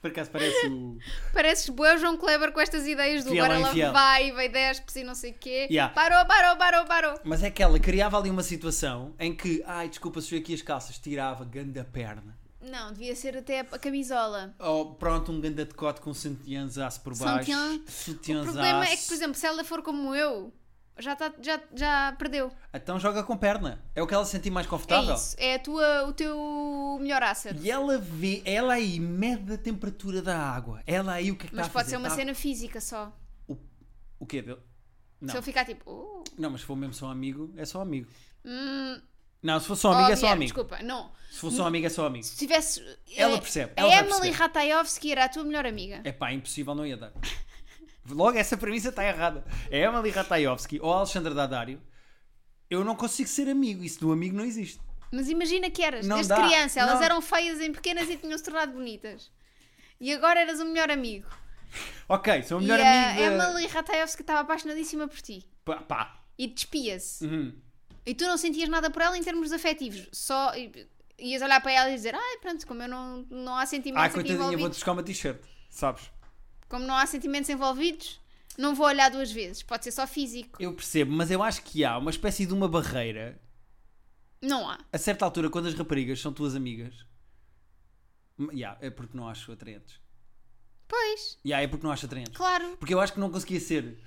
B: Por acaso parece o.
A: Pareces boa João Kleber com estas ideias do
B: Fiel
A: agora
B: é
A: ela
B: infiel.
A: vai e vai despes e não sei o quê.
B: Yeah.
A: Parou, parou, parou, parou.
B: Mas é que ela criava ali uma situação em que, ai, desculpa, sujei aqui as calças, tirava ganda perna.
A: Não, devia ser até a camisola.
B: Ou pronto, um ganda decote com sutiãs aço por baixo.
A: Sutiã. O
B: Sutiãs
A: problema é que,
B: aço.
A: por exemplo, se ela for como eu, já, tá, já, já perdeu.
B: Então joga com perna. É o que ela se sentir mais confortável.
A: É isso. É a tua, o teu melhor asset.
B: E ela vê, ela aí mede a temperatura da água. Ela aí o que é que
A: Mas
B: está a
A: pode
B: fazer?
A: ser uma
B: Está a-
A: cena física só.
B: O, o quê? Deu-
A: Se
B: Não.
A: eu ficar tipo. "Oh,
B: não, mas se for mesmo só um amigo, é só um amigo.
A: hum,
B: Não, se for só um amigo,
A: oh,
B: é só um
A: Guilherme,
B: amigo.
A: Desculpa, não.
B: Se for só um amigo, é só um amigo.
A: Se tivesse.
B: Ela
A: eh,
B: percebe,
A: A
B: ela vai
A: Emily
B: perceber.
A: Ratajowski era a tua melhor amiga.
B: É pá, impossível, não ia dar. Logo, essa premissa está errada. É Emily Ratajowski ou Alexandra Daddario. Eu não consigo ser amigo. Isso do amigo não existe.
A: Mas imagina que eras,
B: Não
A: desde
B: dá,
A: criança. Elas
B: não.
A: eram feias em pequenas e tinham se tornado bonitas. E agora eras o melhor amigo.
B: Ok, sou o melhor
A: e
B: amigo.
A: a
B: da-
A: Emily Ratajowski estava apaixonadíssima por ti.
B: Pá, pá.
A: E despia-se.
B: Uhum.
A: E tu não sentias nada por ela em termos afetivos. Só i- ias olhar para ela e dizer: Ai, pronto, como eu não, não há
B: Ai,
A: sentimentos aqui
B: coitadinha, vou-te
A: envolvidos.
B: buscar uma t-shirt. Sabes?
A: Como não há sentimentos envolvidos, não vou olhar duas vezes. Pode ser só físico.
B: Eu percebo, mas eu acho que há uma espécie de uma barreira
A: Não há.
B: a certa altura, quando as raparigas são tuas amigas, m- yeah, é porque não acho atraentes.
A: Pois,
B: Yeah, é porque não acho atraentes.
A: claro.
B: Porque eu acho que não conseguia ser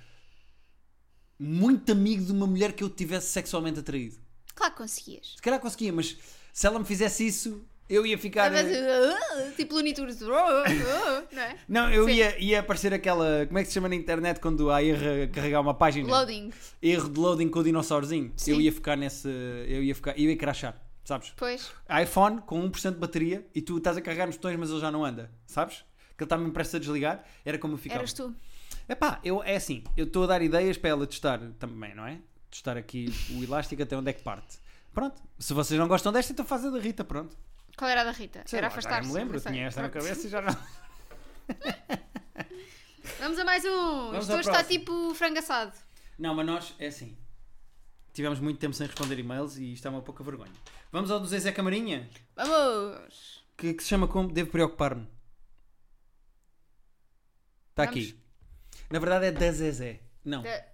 B: muito amigo de uma mulher que eu tivesse sexualmente atraído.
A: Claro que conseguias.
B: Se calhar conseguia, mas se ela me fizesse isso, eu ia ficar.
A: Estavas, "Ah", tipo Looney Tunes, "Ah, ah", não é?
B: Não, eu
A: Sim.
B: ia, ia aparecer aquela. Como é que se chama na internet quando há erro a carregar uma página?
A: Loading.
B: Erro de loading com o dinossaurozinho.
A: Sim.
B: Eu ia ficar nesse. Eu ia ficar. Eu ia crachar, sabes?
A: Pois.
B: iPhone com 1% de bateria e tu estás a carregar nos botões, mas ele já não anda, sabes? Que ele está mesmo prestes a desligar, era como eu ficava.
A: Eras tu.
B: Epá, eu, é assim, eu estou a dar ideias para ela testar também, não é? Testar aqui o elástico até onde é que parte. Pronto, se vocês não gostam desta, então faz a da Rita, pronto.
A: Qual era a da Rita?
B: Sei
A: era
B: lá, já
A: afastar-se.
B: não me lembro, eu
A: Afastar-
B: tinha esta na
A: Pronto.
B: cabeça e já não.
A: Vamos a mais um.
B: Vamos
A: Isto
B: ao
A: hoje está
B: próximo.
A: tipo frango assado.
B: Não, mas nós, é assim, tivemos muito tempo sem responder e-mails e isto é uma pouca vergonha. Vamos ao do Zezé Camarinha,
A: Vamos!
B: que, que se chama como Devo Preocupar-me. Está aqui. Na verdade é da Zezé. Não,
A: Da-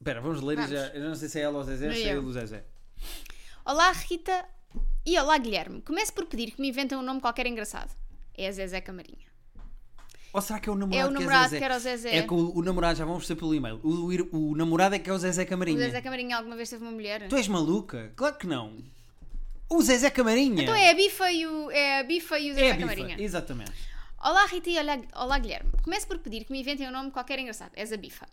B: Espera, vamos ler e
A: Vamos.
B: já. Eu não sei se é ela ou Zezé,
A: Não
B: se é
A: eu.
B: ele ou Zezé.
A: Olá, Rita. E olá, Guilherme. Começo por pedir que me inventem um nome qualquer engraçado. É a Zezé Camarinha.
B: Ou será que é o
A: É
B: namorado?
A: o namorado
B: que é Zezé?
A: que era o Zezé.
B: É que o, o namorado, já vamos perceber pelo e-mail. O, o ir- o namorado é que é o Zezé
A: O
B: Camarinha.
A: Zezé Camarinha alguma vez teve uma mulher?
B: Tu és maluca? Claro que não. O Zezé Camarinha.
A: Então é a Bifa e o, é a Bifa e o Zezé
B: É a bifa,
A: Camarinha.
B: Exatamente.
A: Olá Rita e olá, olá, Guilherme. Começo por pedir que me inventem um nome qualquer engraçado. És a bifa.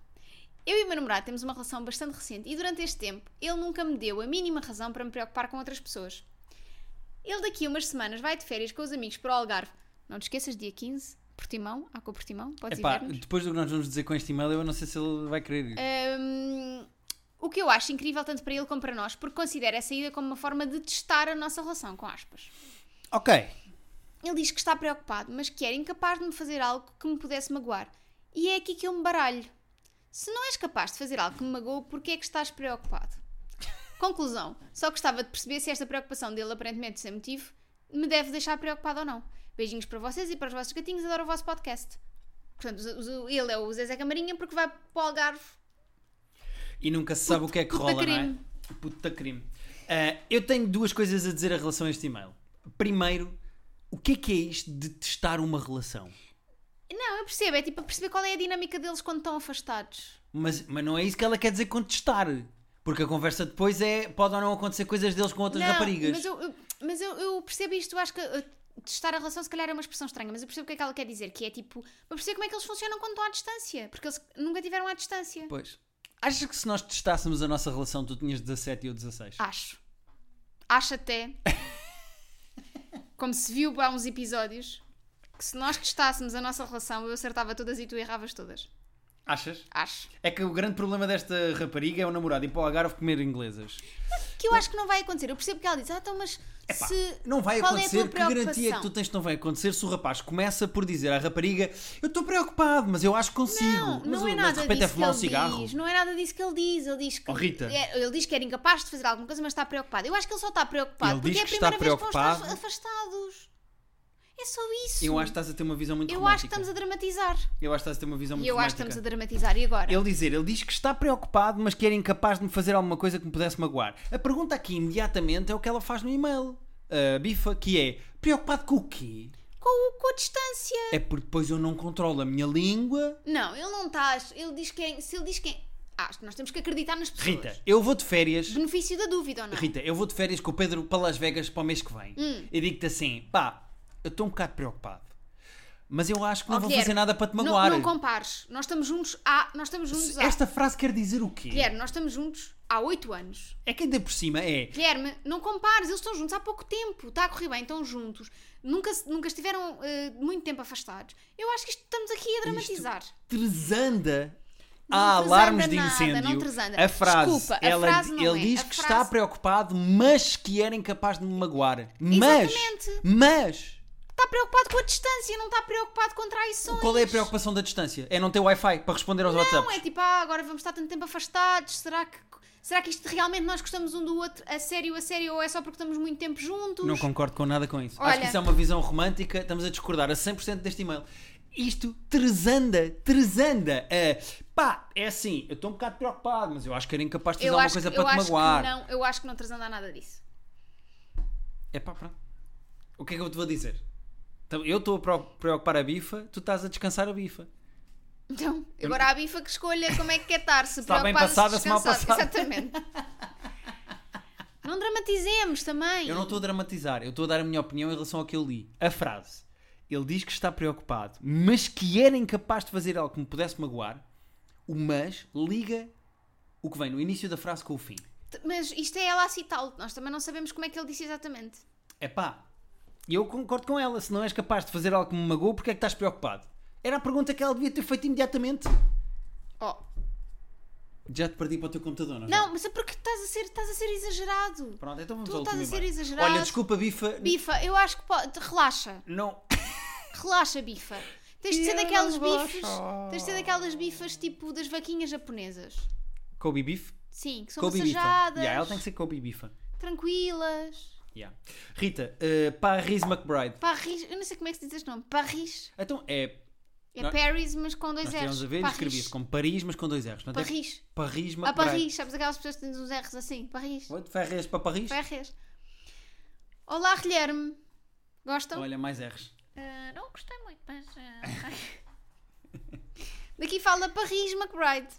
A: Eu e o meu namorado temos uma relação bastante recente e durante este tempo ele nunca me deu a mínima razão para me preocupar com outras pessoas. Ele daqui a umas semanas vai de férias com os amigos para o Algarve. Não te esqueças, dia 15, Portimão, há com o Portimão, podes
B: Epá,
A: ir ver-nos.
B: depois do que nós vamos dizer com este e-mail, eu não sei se ele vai querer ir.
A: Hum, o que eu acho incrível tanto para ele como para nós, porque considero essa ida como uma forma de testar a nossa relação, com aspas.
B: Ok.
A: Ele diz que está preocupado, mas que era incapaz de me fazer algo que me pudesse magoar. E é aqui que eu me baralho. Se não és capaz de fazer algo que me magoa, porquê é que estás preocupado? Conclusão. Só gostava de perceber se esta preocupação dele, aparentemente sem motivo, me deve deixar preocupado ou não. Beijinhos para vocês e para os vossos gatinhos, adoro o vosso podcast. Portanto, os- os- ele é o Zezé Camarinha porque vai para o Algarve.
B: E nunca se sabe o que é que
A: puta
B: rola, não
A: crime.
B: é? Puta crime. Ah, eu tenho duas coisas a dizer em relação a este e-mail. Primeiro, o que é que é isto de testar uma relação?
A: Não, eu percebo. É tipo a perceber qual é a dinâmica deles quando estão afastados.
B: Mas, mas não é isso que ela quer dizer com testar. Porque a conversa depois é pode ou não acontecer coisas deles com outras
A: não,
B: raparigas.
A: Mas, eu, eu- mas eu, eu percebo isto. Eu acho que uh, testar a relação se calhar é uma expressão estranha, mas eu percebo o que é que ela quer dizer. Que é tipo, para perceber como é que eles funcionam quando estão à distância. Porque eles nunca tiveram à distância.
B: Pois. Achas que se nós testássemos a nossa relação, tu tinhas 17 e eu 16?
A: Acho. Acho até. como se viu há uns episódios. Que se nós testássemos a nossa relação, eu acertava todas e tu erravas todas.
B: Achas?
A: Acho.
B: É que o grande problema desta rapariga é o namorado ir para o Algarve comer inglesas.
A: Que eu acho que não vai acontecer. Eu percebo que ela diz, ah, então, mas
B: Epá,
A: se.
B: Não vai
A: qual
B: acontecer,
A: é a tua
B: que garantia que tu
A: preocupação?
B: tens que não vai acontecer se o rapaz começa por dizer à rapariga eu estou preocupado, mas eu acho que consigo.
A: Não,
B: mas, o-
A: não é
B: mas
A: nada
B: de repente
A: disso
B: é fumar um
A: que ele
B: cigarro.
A: diz. Não é nada disso que ele diz. Ele diz que,
B: Oh, Rita.
A: é- ele diz que era incapaz de fazer alguma coisa, mas está preocupado. Eu acho que ele só está preocupado
B: Ele
A: porque
B: diz
A: é a
B: que está
A: primeira vez que vão estar
B: preocupado.
A: afastados. É só isso.
B: Eu acho que estás a ter uma visão muito
A: Eu acho que
B: romântica.
A: estamos a dramatizar.
B: Eu acho que estás a ter uma visão
A: E
B: muito
A: eu acho que
B: romântica.
A: estamos a dramatizar. E agora?
B: Ele dizer, ele diz que está preocupado, mas que era incapaz de me fazer alguma coisa que me pudesse magoar. A pergunta aqui imediatamente é o que ela faz no e-mail. A bifa, que é preocupado com o quê?
A: Com, o- com a distância.
B: É porque depois eu não controlo a minha língua.
A: Não, ele não está. Ele diz quem. Se ele diz quem. Acho que nós temos que acreditar nas pessoas.
B: Rita, eu vou de férias.
A: Benefício da dúvida ou não?
B: Rita, eu vou de férias com o Pedro para Las Vegas para o mês que vem.
A: Hum.
B: E digo-te assim, pá, eu estou um bocado preocupado. Mas eu acho que não
A: Oh,
B: vou
A: Guilherme,
B: fazer nada para te
A: não-
B: magoar.
A: Não, compares. Nós estamos juntos há. Nós estamos juntos há.
B: Esta frase quer dizer o quê?
A: Guilherme, nós estamos juntos há 8 anos.
B: É que ainda por cima é.
A: Guilherme, não compares, eles estão juntos há pouco tempo, está a correr bem, estão juntos, nunca, se- nunca estiveram eh, muito tempo afastados. Eu acho que isto estamos aqui a dramatizar.
B: Tresanda
A: Não
B: há
A: tresanda
B: alarmes de
A: nada,
B: incêndio.
A: não tresanda.
B: A frase,
A: Desculpa, a
B: ela,
A: frase não
B: ele
A: é,
B: diz
A: a
B: que
A: frase-
B: está preocupado, mas que era incapaz de me magoar. Mas,
A: Exatamente.
B: mas,
A: Está preocupado com a distância, não está preocupado com traições.
B: qual é a preocupação da distância? É não ter Wi-Fi para responder aos
A: Não,
B: WhatsApps?
A: é tipo, ah, agora vamos estar tanto tempo afastados, será que, será que isto realmente nós gostamos um do outro a sério, a sério, ou é só porque estamos muito tempo juntos?
B: Não concordo com nada com isso. Acho
A: Olha.
B: que isso é uma visão romântica. Estamos a discordar a 100% deste e-mail. Isto tresanda, tresanda. Uh, pá, é assim, eu estou um bocado preocupado, mas eu acho que era incapaz de fazer
A: eu
B: alguma
A: acho,
B: coisa
A: que-
B: para
A: eu
B: te
A: acho
B: magoar.
A: Que não, eu acho que não transandar nada disso.
B: É pá, pronto. O que é que eu te vou dizer? Então, Eu estou a pro- preocupar a bifa, tu estás a descansar a bifa.
A: Então, agora a bifa que escolha como é que quer estar, se
B: Está bem
A: preocupada,
B: passada,
A: se
B: se mal
A: descansada.
B: passada.
A: Exatamente. Não dramatizemos também.
B: Eu não estou a dramatizar, eu estou a dar a minha opinião em relação ao que eu li. A frase: Ele diz que está preocupado, mas que era incapaz de fazer algo que me pudesse magoar. O mas liga o que vem no início da frase com o fim.
A: Mas isto é ela a citá-lo. Nós também não sabemos como é que ele disse exatamente.
B: É pá, eu concordo com ela. Se não és capaz de fazer algo que me magoou, porque é que estás preocupado? Era a pergunta que ela devia ter feito imediatamente.
A: Oh.
B: Já te perdi para o teu computador, não é?
A: Não, mas é porque estás a ser, estás a ser exagerado.
B: Pronto, então vamos
A: Tu
B: ao
A: estás
B: último
A: a ser
B: e-mail.
A: exagerado.
B: Olha, desculpa, bifa.
A: Bifa, eu acho que pode... Relaxa.
B: Não.
A: Relaxa, bifa. Tens de ser
B: Eu não
A: daquelas
B: vou
A: bifas... Tens de ser daquelas bifas tipo das vaquinhas japonesas.
B: Kobe Beef?
A: Sim, que são
B: Kobe Bifa.
A: massajadas,
B: Yeah, ela tem que ser Kobe Bifa.
A: tranquilas.
B: Yeah. Rita, eh, Paris McBride.
A: Paris, eu não sei como é que se diz este nome. Paris.
B: Então é.
A: É
B: Nós-
A: Paris, mas com dois
B: Nós
A: R's.
B: tivemos a ver e
A: Paris.
B: escrevi-se como Paris, mas com dois R's. Não tem?
A: Paris.
B: Paris
A: Ah,
B: McBride.
A: Paris. Sabes aquelas pessoas que têm uns R's assim? Paris.
B: Oi, de Ferres para Paris?
A: R's. Olá, Guilherme. Gostam?
B: Olha, mais R's.
A: Ah, não gostei muito, mas. ah, Daqui fala Paris McBride.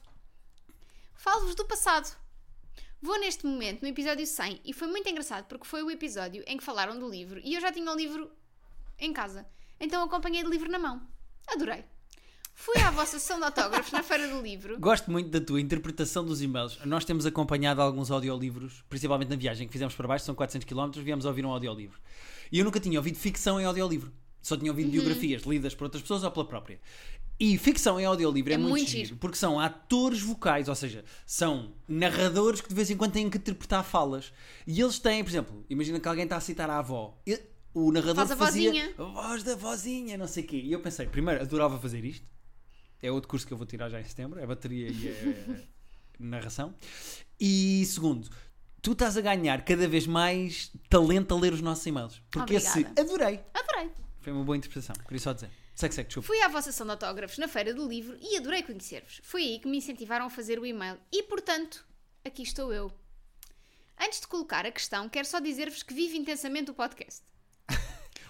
A: Falo-vos do passado. Vou neste momento no episódio 100 e foi muito engraçado porque foi o episódio em que falaram do livro e eu já tinha o livro em casa. Então acompanhei de livro na mão. Adorei. Fui à vossa sessão de autógrafos na Feira do Livro.
B: Gosto muito da tua interpretação dos e-mails. Nós temos acompanhado alguns audiolivros, principalmente na viagem que fizemos para baixo, são 400 km, viemos ouvir um audiolivro. E eu nunca tinha ouvido ficção em audiolivro. Só tinha ouvido biografias lidas por outras pessoas ou pela própria. E ficção em audiolivro é,
A: É
B: muito,
A: muito
B: giro,
A: giro.
B: porque são atores vocais, ou seja, são narradores que de vez em quando têm que interpretar falas. E eles têm, por exemplo, imagina que alguém está a citar a avó. E- o narrador
A: Faz a
B: fazia
A: vozinha.
B: a voz da vozinha, não sei o quê. E eu pensei, primeiro, adorava fazer isto. É outro curso que eu vou tirar já em setembro, é bateria e é narração. E segundo, tu estás a ganhar cada vez mais talento a ler os nossos e-mails. Porque esse
A: Obrigada.
B: adorei.
A: Adorei.
B: Foi uma boa interpretação, queria só dizer. Sex, sex, desculpa.
A: Fui à vossa ação de autógrafos na Feira do Livro e adorei conhecer-vos. Foi aí que me incentivaram a fazer o e-mail e, portanto, aqui estou eu. Antes de colocar a questão, quero só dizer-vos que vivo intensamente o podcast.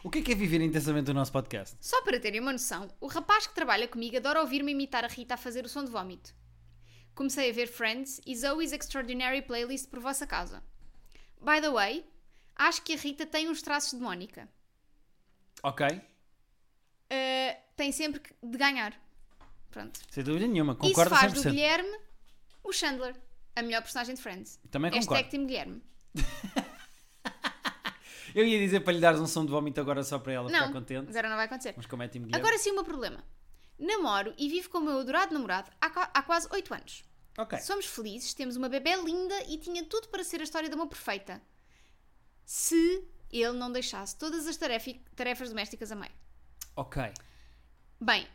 B: O que é que é viver intensamente o nosso podcast?
A: Só para terem uma noção, o rapaz que trabalha comigo adora ouvir-me imitar a Rita a fazer o som de vómito. Comecei a ver Friends e Zoe's Extraordinary Playlist por vossa causa. By the way, acho que a Rita tem uns traços de Mónica.
B: Ok,
A: Uh, tem sempre que- de ganhar. Pronto.
B: sem dúvida nenhuma,
A: Isso
B: concordo
A: faz
B: 100%.
A: do Guilherme o Chandler, a melhor personagem de Friends.
B: Também concordo.
A: Hashtag Team Guilherme.
B: Eu ia dizer para lhe dar um som de vómito agora só para ela ficar
A: não,
B: contente,
A: agora não vai acontecer.
B: mas como é time
A: Agora sim, o meu problema. Namoro e vivo com o meu adorado namorado há, qua- há quase 8 anos.
B: Ok,
A: Somos felizes, temos uma bebê linda e tinha tudo para ser a história de uma perfeita. Se ele não deixasse todas as tarefi- tarefas domésticas a meio.
B: ok.
A: Bem,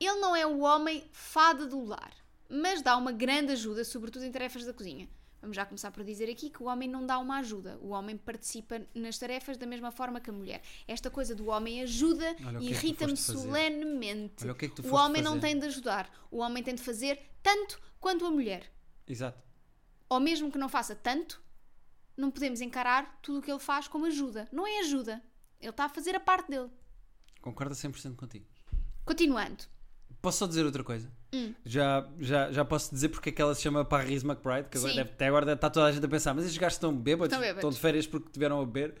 A: ele não é o homem fada do lar, mas dá uma grande ajuda, sobretudo em tarefas da cozinha. Vamos já começar por dizer aqui que o homem não dá uma ajuda. O homem participa nas tarefas da mesma forma que a mulher. Esta coisa do homem ajuda
B: Olha o
A: e
B: que é que tu
A: irrita-me
B: foste fazer.
A: solenemente.
B: Olha o que é que tu foste
A: homem não
B: fazer.
A: tem de ajudar. O homem tem de fazer tanto quanto a mulher.
B: Exato.
A: Ou mesmo que não faça tanto, não podemos encarar tudo o que ele faz como ajuda. Não é ajuda. Ele está a fazer a parte dele.
B: Concordo 100% contigo.
A: Continuando.
B: Posso só dizer outra coisa?
A: Hum.
B: Já, já, já posso dizer porque é que ela se chama Paris McBride, que agora
A: Sim.
B: deve- até agora deve- está toda a gente a pensar, mas estes gajos estão bêbados,
A: Estão bêbados.
B: estão de férias porque tiveram a beber.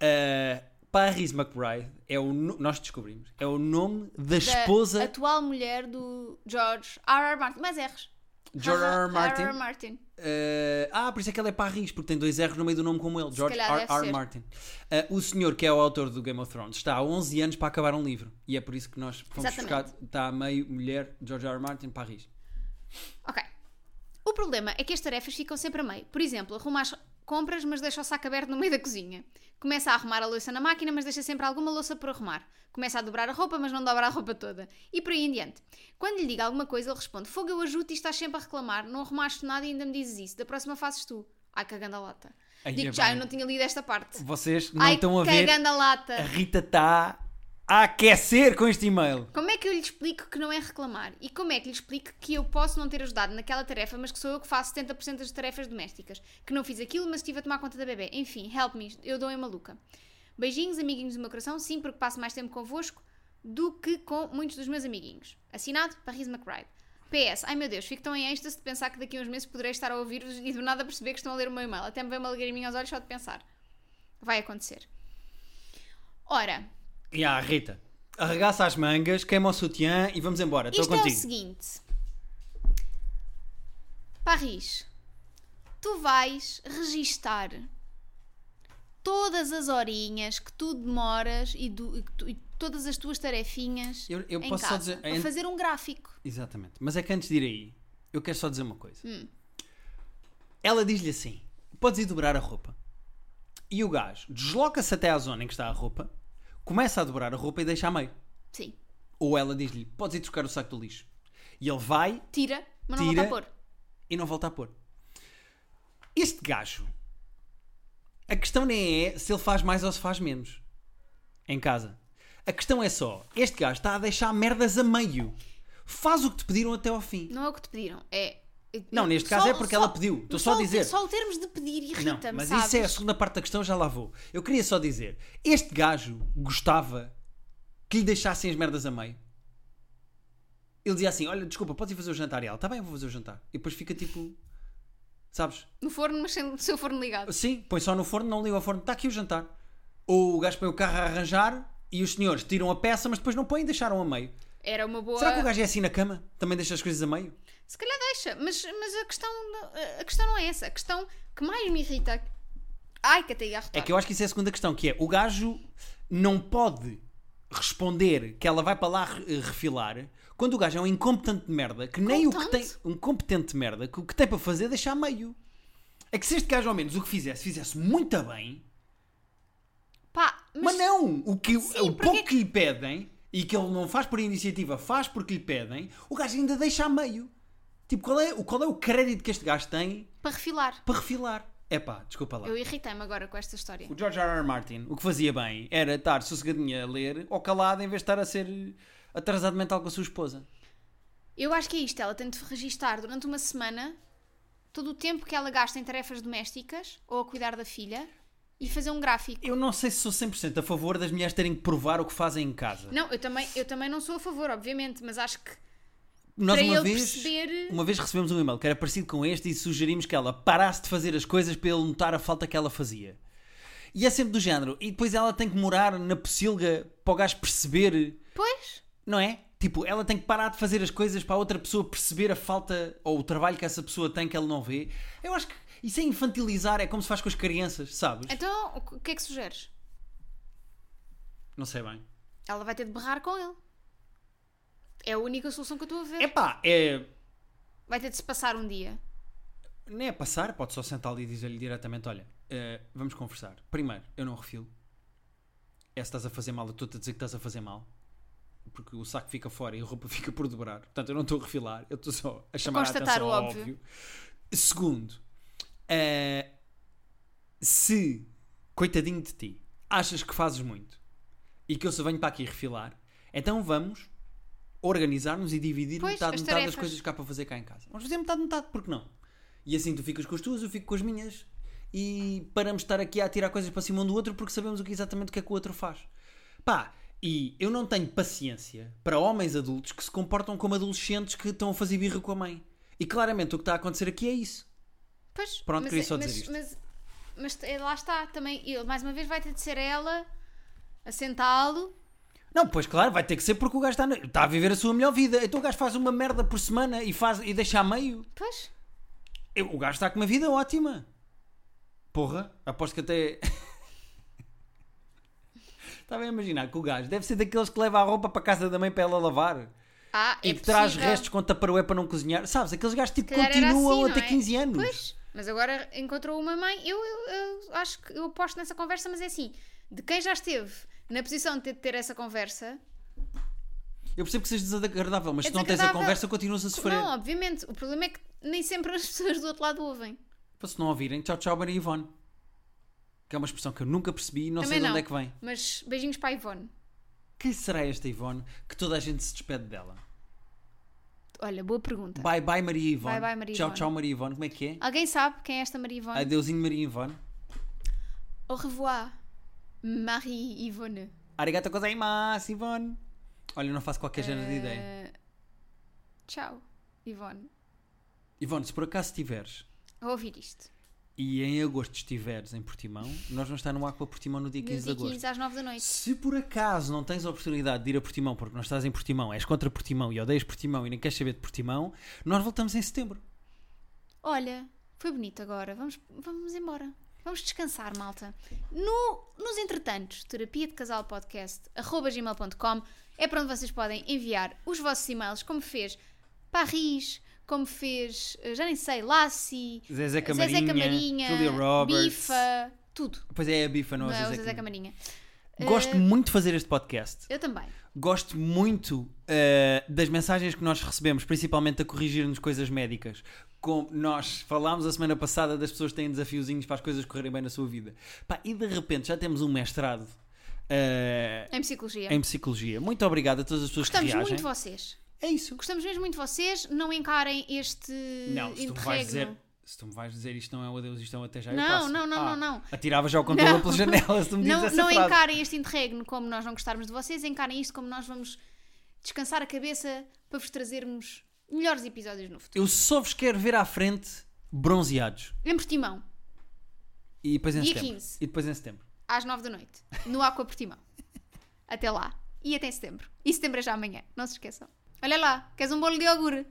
B: Ah, Paris McBride é o no- nós descobrimos, é o nome da,
A: da
B: esposa
A: atual mulher do George R.R. Martin. Mais R's.
B: George R. R. Martin.
A: R.R. Martin.
B: Eh, ah, por isso é que ele é Paris, porque tem dois R's no meio do nome como ele, George
A: calhar
B: R.
A: deve
B: R.
A: ser.
B: Martin. Eh, o senhor que é o autor do Game of Thrones está há 11 anos para acabar um livro. E é por isso que nós fomos buscar,
A: Exatamente.
B: está a meio mulher, George R. R. Martin, Paris.
A: Ok. O problema é que as tarefas ficam sempre a meio. Por exemplo, arruma as compras, mas deixa o saco aberto no meio da cozinha. Começa a arrumar a louça na máquina, mas deixa sempre alguma louça por arrumar. Começa a dobrar a roupa, mas não dobra a roupa toda. E por aí em diante. Quando lhe digo alguma coisa, ele responde: Fogo, eu ajudo e estás sempre a reclamar. Não arrumaste nada e ainda me dizes isso. Da próxima fazes tu. Ai, cagando a lata.
B: Aí é
A: Digo já,
B: bem.
A: eu não tinha lido esta parte.
B: Vocês não
A: Ai,
B: estão a ver,
A: cagando a lata.
B: a Rita está a aquecer com este e-mail.
A: Como é que eu lhe explico que não é reclamar? E como é que lhe explico que eu posso não ter ajudado naquela tarefa, mas que sou eu que faço 70% das tarefas domésticas? Que não fiz aquilo, mas estive a tomar conta da bebê. Enfim, help me, eu dou em maluca. Beijinhos, amiguinhos do meu coração, sim, porque passo mais tempo convosco do que com muitos dos meus amiguinhos. Assinado, Paris McBride. PS, ai meu Deus, fico tão em êxtase de pensar que daqui a uns meses poderei estar a ouvir-vos e do nada perceber que estão a ler o meu e-mail. Até me veio uma lagriminha aos olhos só de pensar. Vai acontecer. Ora,
B: E a Rita, arregaça as mangas, queima o sutiã e vamos embora. Estou
A: Isto é o
B: contigo.
A: seguinte. Paris, tu vais registar todas as horinhas que tu demoras e, do- e que tu- e todas as tuas tarefinhas
B: Eu- eu
A: em
B: posso só
A: casa,
B: dizer-
A: para
B: em-
A: fazer um gráfico.
B: Exatamente. Mas é que antes de ir aí, eu quero só dizer uma coisa.
A: Hum.
B: Ela diz-lhe assim: podes ir dobrar a roupa. E o gajo desloca-se até à zona em que está a roupa, começa a dobrar a roupa e deixa a meio.
A: Sim.
B: Ou ela diz-lhe: podes ir trocar o saco do lixo. E ele vai
A: Tira, mas não volta a
B: Tira.
A: pôr.
B: e não volta a pôr. Este gajo, a questão nem é se ele faz mais ou se faz menos em casa. A questão é só: este gajo está a deixar merdas a meio. Faz o que te pediram até ao fim.
A: Não é o que te pediram. É.
B: Não, neste caso é porque ela pediu. Estou só a
A: o-
B: dizer.
A: Só o termos de pedir
B: Não,
A: irrita-me,
B: mas
A: sabes?
B: isso é a segunda parte da questão, já lá vou. Eu queria só dizer: este gajo gostava que lhe deixassem as merdas a meio. Ele dizia assim: Olha, desculpa, podes ir fazer o jantar? E ela: Tá bem, eu vou fazer o jantar. E depois fica tipo: Sabes?
A: No forno, mas sem o seu forno ligado.
B: Sim, põe só no forno, não liga ao forno, está aqui o jantar. Ou o gajo põe o carro a arranjar e os senhores tiram a peça, mas depois não põem e deixaram a meio.
A: Era uma boa.
B: Será que o gajo é assim na cama? Também deixa as coisas a meio?
A: Se calhar deixa, mas, mas a, questão, a questão não é essa. A questão que mais me irrita. Ai, que até ia arrotar.
B: É que eu acho que isso é a segunda questão, que é o gajo não pode responder que ela vai para lá re- refilar quando o gajo é um incompetente de merda que nem o que tem
A: Competente?
B: um competente de merda que o que tem para fazer é deixar a meio. É que se este gajo ao menos o que fizesse, fizesse muito bem,
A: Pá, mas,
B: mas não, o, que, o
A: porque é
B: pouco
A: que-
B: que lhe pedem e que ele não faz por iniciativa, faz porque lhe pedem, o gajo ainda deixa a meio. Tipo, qual é, o- qual é o crédito que este gajo tem
A: para refilar.
B: para refilar? Epá, desculpa lá.
A: Eu irritei-me agora com esta história.
B: O George R. R. Martin, o que fazia bem era estar sossegadinho a ler ou calado em vez de estar a ser atrasado mental com a sua esposa.
A: Eu acho que é isto. Ela tem de registar durante uma semana todo o tempo que ela gasta em tarefas domésticas ou a cuidar da filha e fazer um gráfico.
B: Eu não sei se sou 100% a favor das mulheres terem que provar o que fazem em casa.
A: Não, eu também, eu também não sou a favor, obviamente, mas acho que
B: Nós
A: para
B: uma
A: ele
B: vez,
A: perceber- eh,
B: uma vez recebemos um e-mail que era parecido com este e sugerimos que ela parasse de fazer as coisas para ele notar a falta que ela fazia. E é sempre do género. E depois ela tem que morar na pocilga para o gajo perceber,
A: Pois,
B: não é? Tipo, ela tem que parar de fazer as coisas para a outra pessoa perceber a falta ou o trabalho que essa pessoa tem que ele não vê. Eu acho que isso é infantilizar, é como se faz com as crianças, sabes?
A: então o que é que sugeres?
B: Não sei bem.
A: Ela vai ter de berrar com ele. É a única solução que eu estou a ver.
B: Epá, é.
A: Vai ter de se passar um dia.
B: Nem é passar, pode só sentar ali e dizer-lhe diretamente: Olha, eh, vamos conversar. Primeiro, eu não refilo. É se estás a fazer mal, eu estou-te a dizer que estás a fazer mal. Porque o saco fica fora e a roupa fica por dobrar. Portanto, eu não estou a refilar, eu estou só a chamar a
A: constatar
B: atenção
A: o
B: ao
A: óbvio.
B: óbvio. Segundo, eh, se, coitadinho de ti, achas que fazes muito e que eu só venho para aqui refilar, então vamos organizar-nos e dividir
A: Pois,
B: metade,
A: as
B: metade das
A: tarefas.
B: coisas que há para fazer cá em casa. Vamos fazer metade, metade, porque não? E assim tu ficas com as tuas, eu fico com as minhas e paramos de estar aqui a tirar coisas para cima um do outro porque sabemos o que, exatamente o que é que o outro faz. Pá, e eu não tenho paciência para homens adultos que se comportam como adolescentes que estão a fazer birra com a mãe. E claramente o que está a acontecer aqui é isso.
A: Pois,
B: Pronto,
A: mas,
B: queria só
A: mas,
B: dizer isto.
A: Mas, mas eh, lá está, também, ele, mais uma vez, vai ter de ser ela a sentá-lo.
B: Não, pois claro, vai ter que ser porque o gajo está, na- está a viver a sua melhor vida. Então o gajo faz uma merda por semana e, faz, e deixa a meio.
A: Pois,
B: Eu- O gajo está com uma vida ótima. Porra, aposto que até. Estava a imaginar que o gajo deve ser daqueles que leva a roupa para a casa da mãe para ela lavar
A: ah,
B: e
A: é
B: que traz
A: possível.
B: restos com taparoé para não cozinhar. Sabes, aqueles gajos tipo,
A: Se calhar era
B: continuam
A: assim,
B: até
A: não é?
B: 15 anos.
A: Pois, mas agora encontrou uma mãe. Eu, eu, eu acho que eu aposto nessa conversa, mas é assim: de quem já esteve na posição de ter de ter essa conversa,
B: Eu percebo que seja desagradável, mas
A: É
B: se não tens a
A: desagradável.
B: conversa, continuas a sofrer.
A: não, obviamente. O problema é que nem sempre as pessoas do outro lado ouvem.
B: Se não ouvirem, tchau, tchau, Maria Ivone. Que é uma expressão que eu nunca percebi e não
A: Também
B: sei de
A: não.
B: onde é que vem.
A: Mas beijinhos para a Ivone.
B: Quem será esta Ivone que toda a gente se despede dela?
A: Olha, boa pergunta.
B: Bye bye Maria Ivone.
A: Bye, bye, Maria
B: tchau,
A: Ivone.
B: tchau Maria Ivone. Como é que é?
A: Alguém sabe quem é esta Maria Ivone?
B: Adeusinho Maria Ivone.
A: Au revoir, Marie Ivone.
B: Arigato gozaimasu, Ivone. Olha, eu não faço qualquer género de ideia.
A: Eh, tchau, Ivone.
B: Ivone, se por acaso estiveres
A: A ouvir isto.
B: e em agosto estiveres em Portimão, nós vamos estar no Aqua Portimão no dia 15 de
A: Dia
B: agosto.
A: 15 às 9 da noite.
B: Se por acaso não tens a oportunidade de ir a Portimão porque não estás em Portimão, és contra Portimão e odeias Portimão e nem queres saber de Portimão, nós voltamos em setembro.
A: Olha, foi bonito agora. Vamos, vamos embora. Vamos descansar, malta. No, nos entretantos, terapia de casal podcast, arroba gmail.com, é para onde vocês podem enviar os vossos e-mails, como fez Paris, como fez, eh, já nem sei, Lassi,
B: Zezé Camarinha,
A: Zezé Camarinha,
B: Julia Roberts.
A: Bifa, tudo.
B: Pois é, a bifa, não
A: Não
B: é
A: é
B: o
A: o
B: Zezé
A: Zezé
B: Camarinha.
A: Camarinha.
B: Gosto
A: Eh,
B: muito de fazer este podcast.
A: Eu também.
B: Gosto muito eh, das mensagens que nós recebemos, principalmente a corrigir-nos coisas médicas. Como nós falámos a semana passada das pessoas que têm desafiozinhos para as coisas correrem bem na sua vida. Pá, e de repente já temos um mestrado eh,
A: Em psicologia.
B: em psicologia. Muito obrigado a todas as pessoas
A: Gostamos
B: que reagem.
A: muito de vocês.
B: É isso.
A: Gostamos mesmo muito de vocês. Não encarem este
B: Não, se tu, me vais
A: interregno.
B: dizer, se tu me vais dizer isto não é o adeus, isto é um até já eu
A: Não,
B: passo.
A: não, não, não,
B: Ah,
A: não.
B: Atirava já o controle
A: Não.
B: pela janela se tu me dizes
A: não
B: essa
A: não
B: frase.
A: encarem este interregno como nós não gostarmos de vocês, encarem isto como nós vamos descansar a cabeça para vos trazermos melhores episódios no futuro.
B: Eu só vos quero ver à frente bronzeados.
A: Em Portimão,
B: E depois em
A: Dia
B: setembro.
A: 15.
B: E depois em setembro.
A: às 9 da noite, no Aqua Portimão. Até lá. E até setembro. E setembro é já amanhã, não se esqueçam. Olha lá, queres um bolo de iogurte?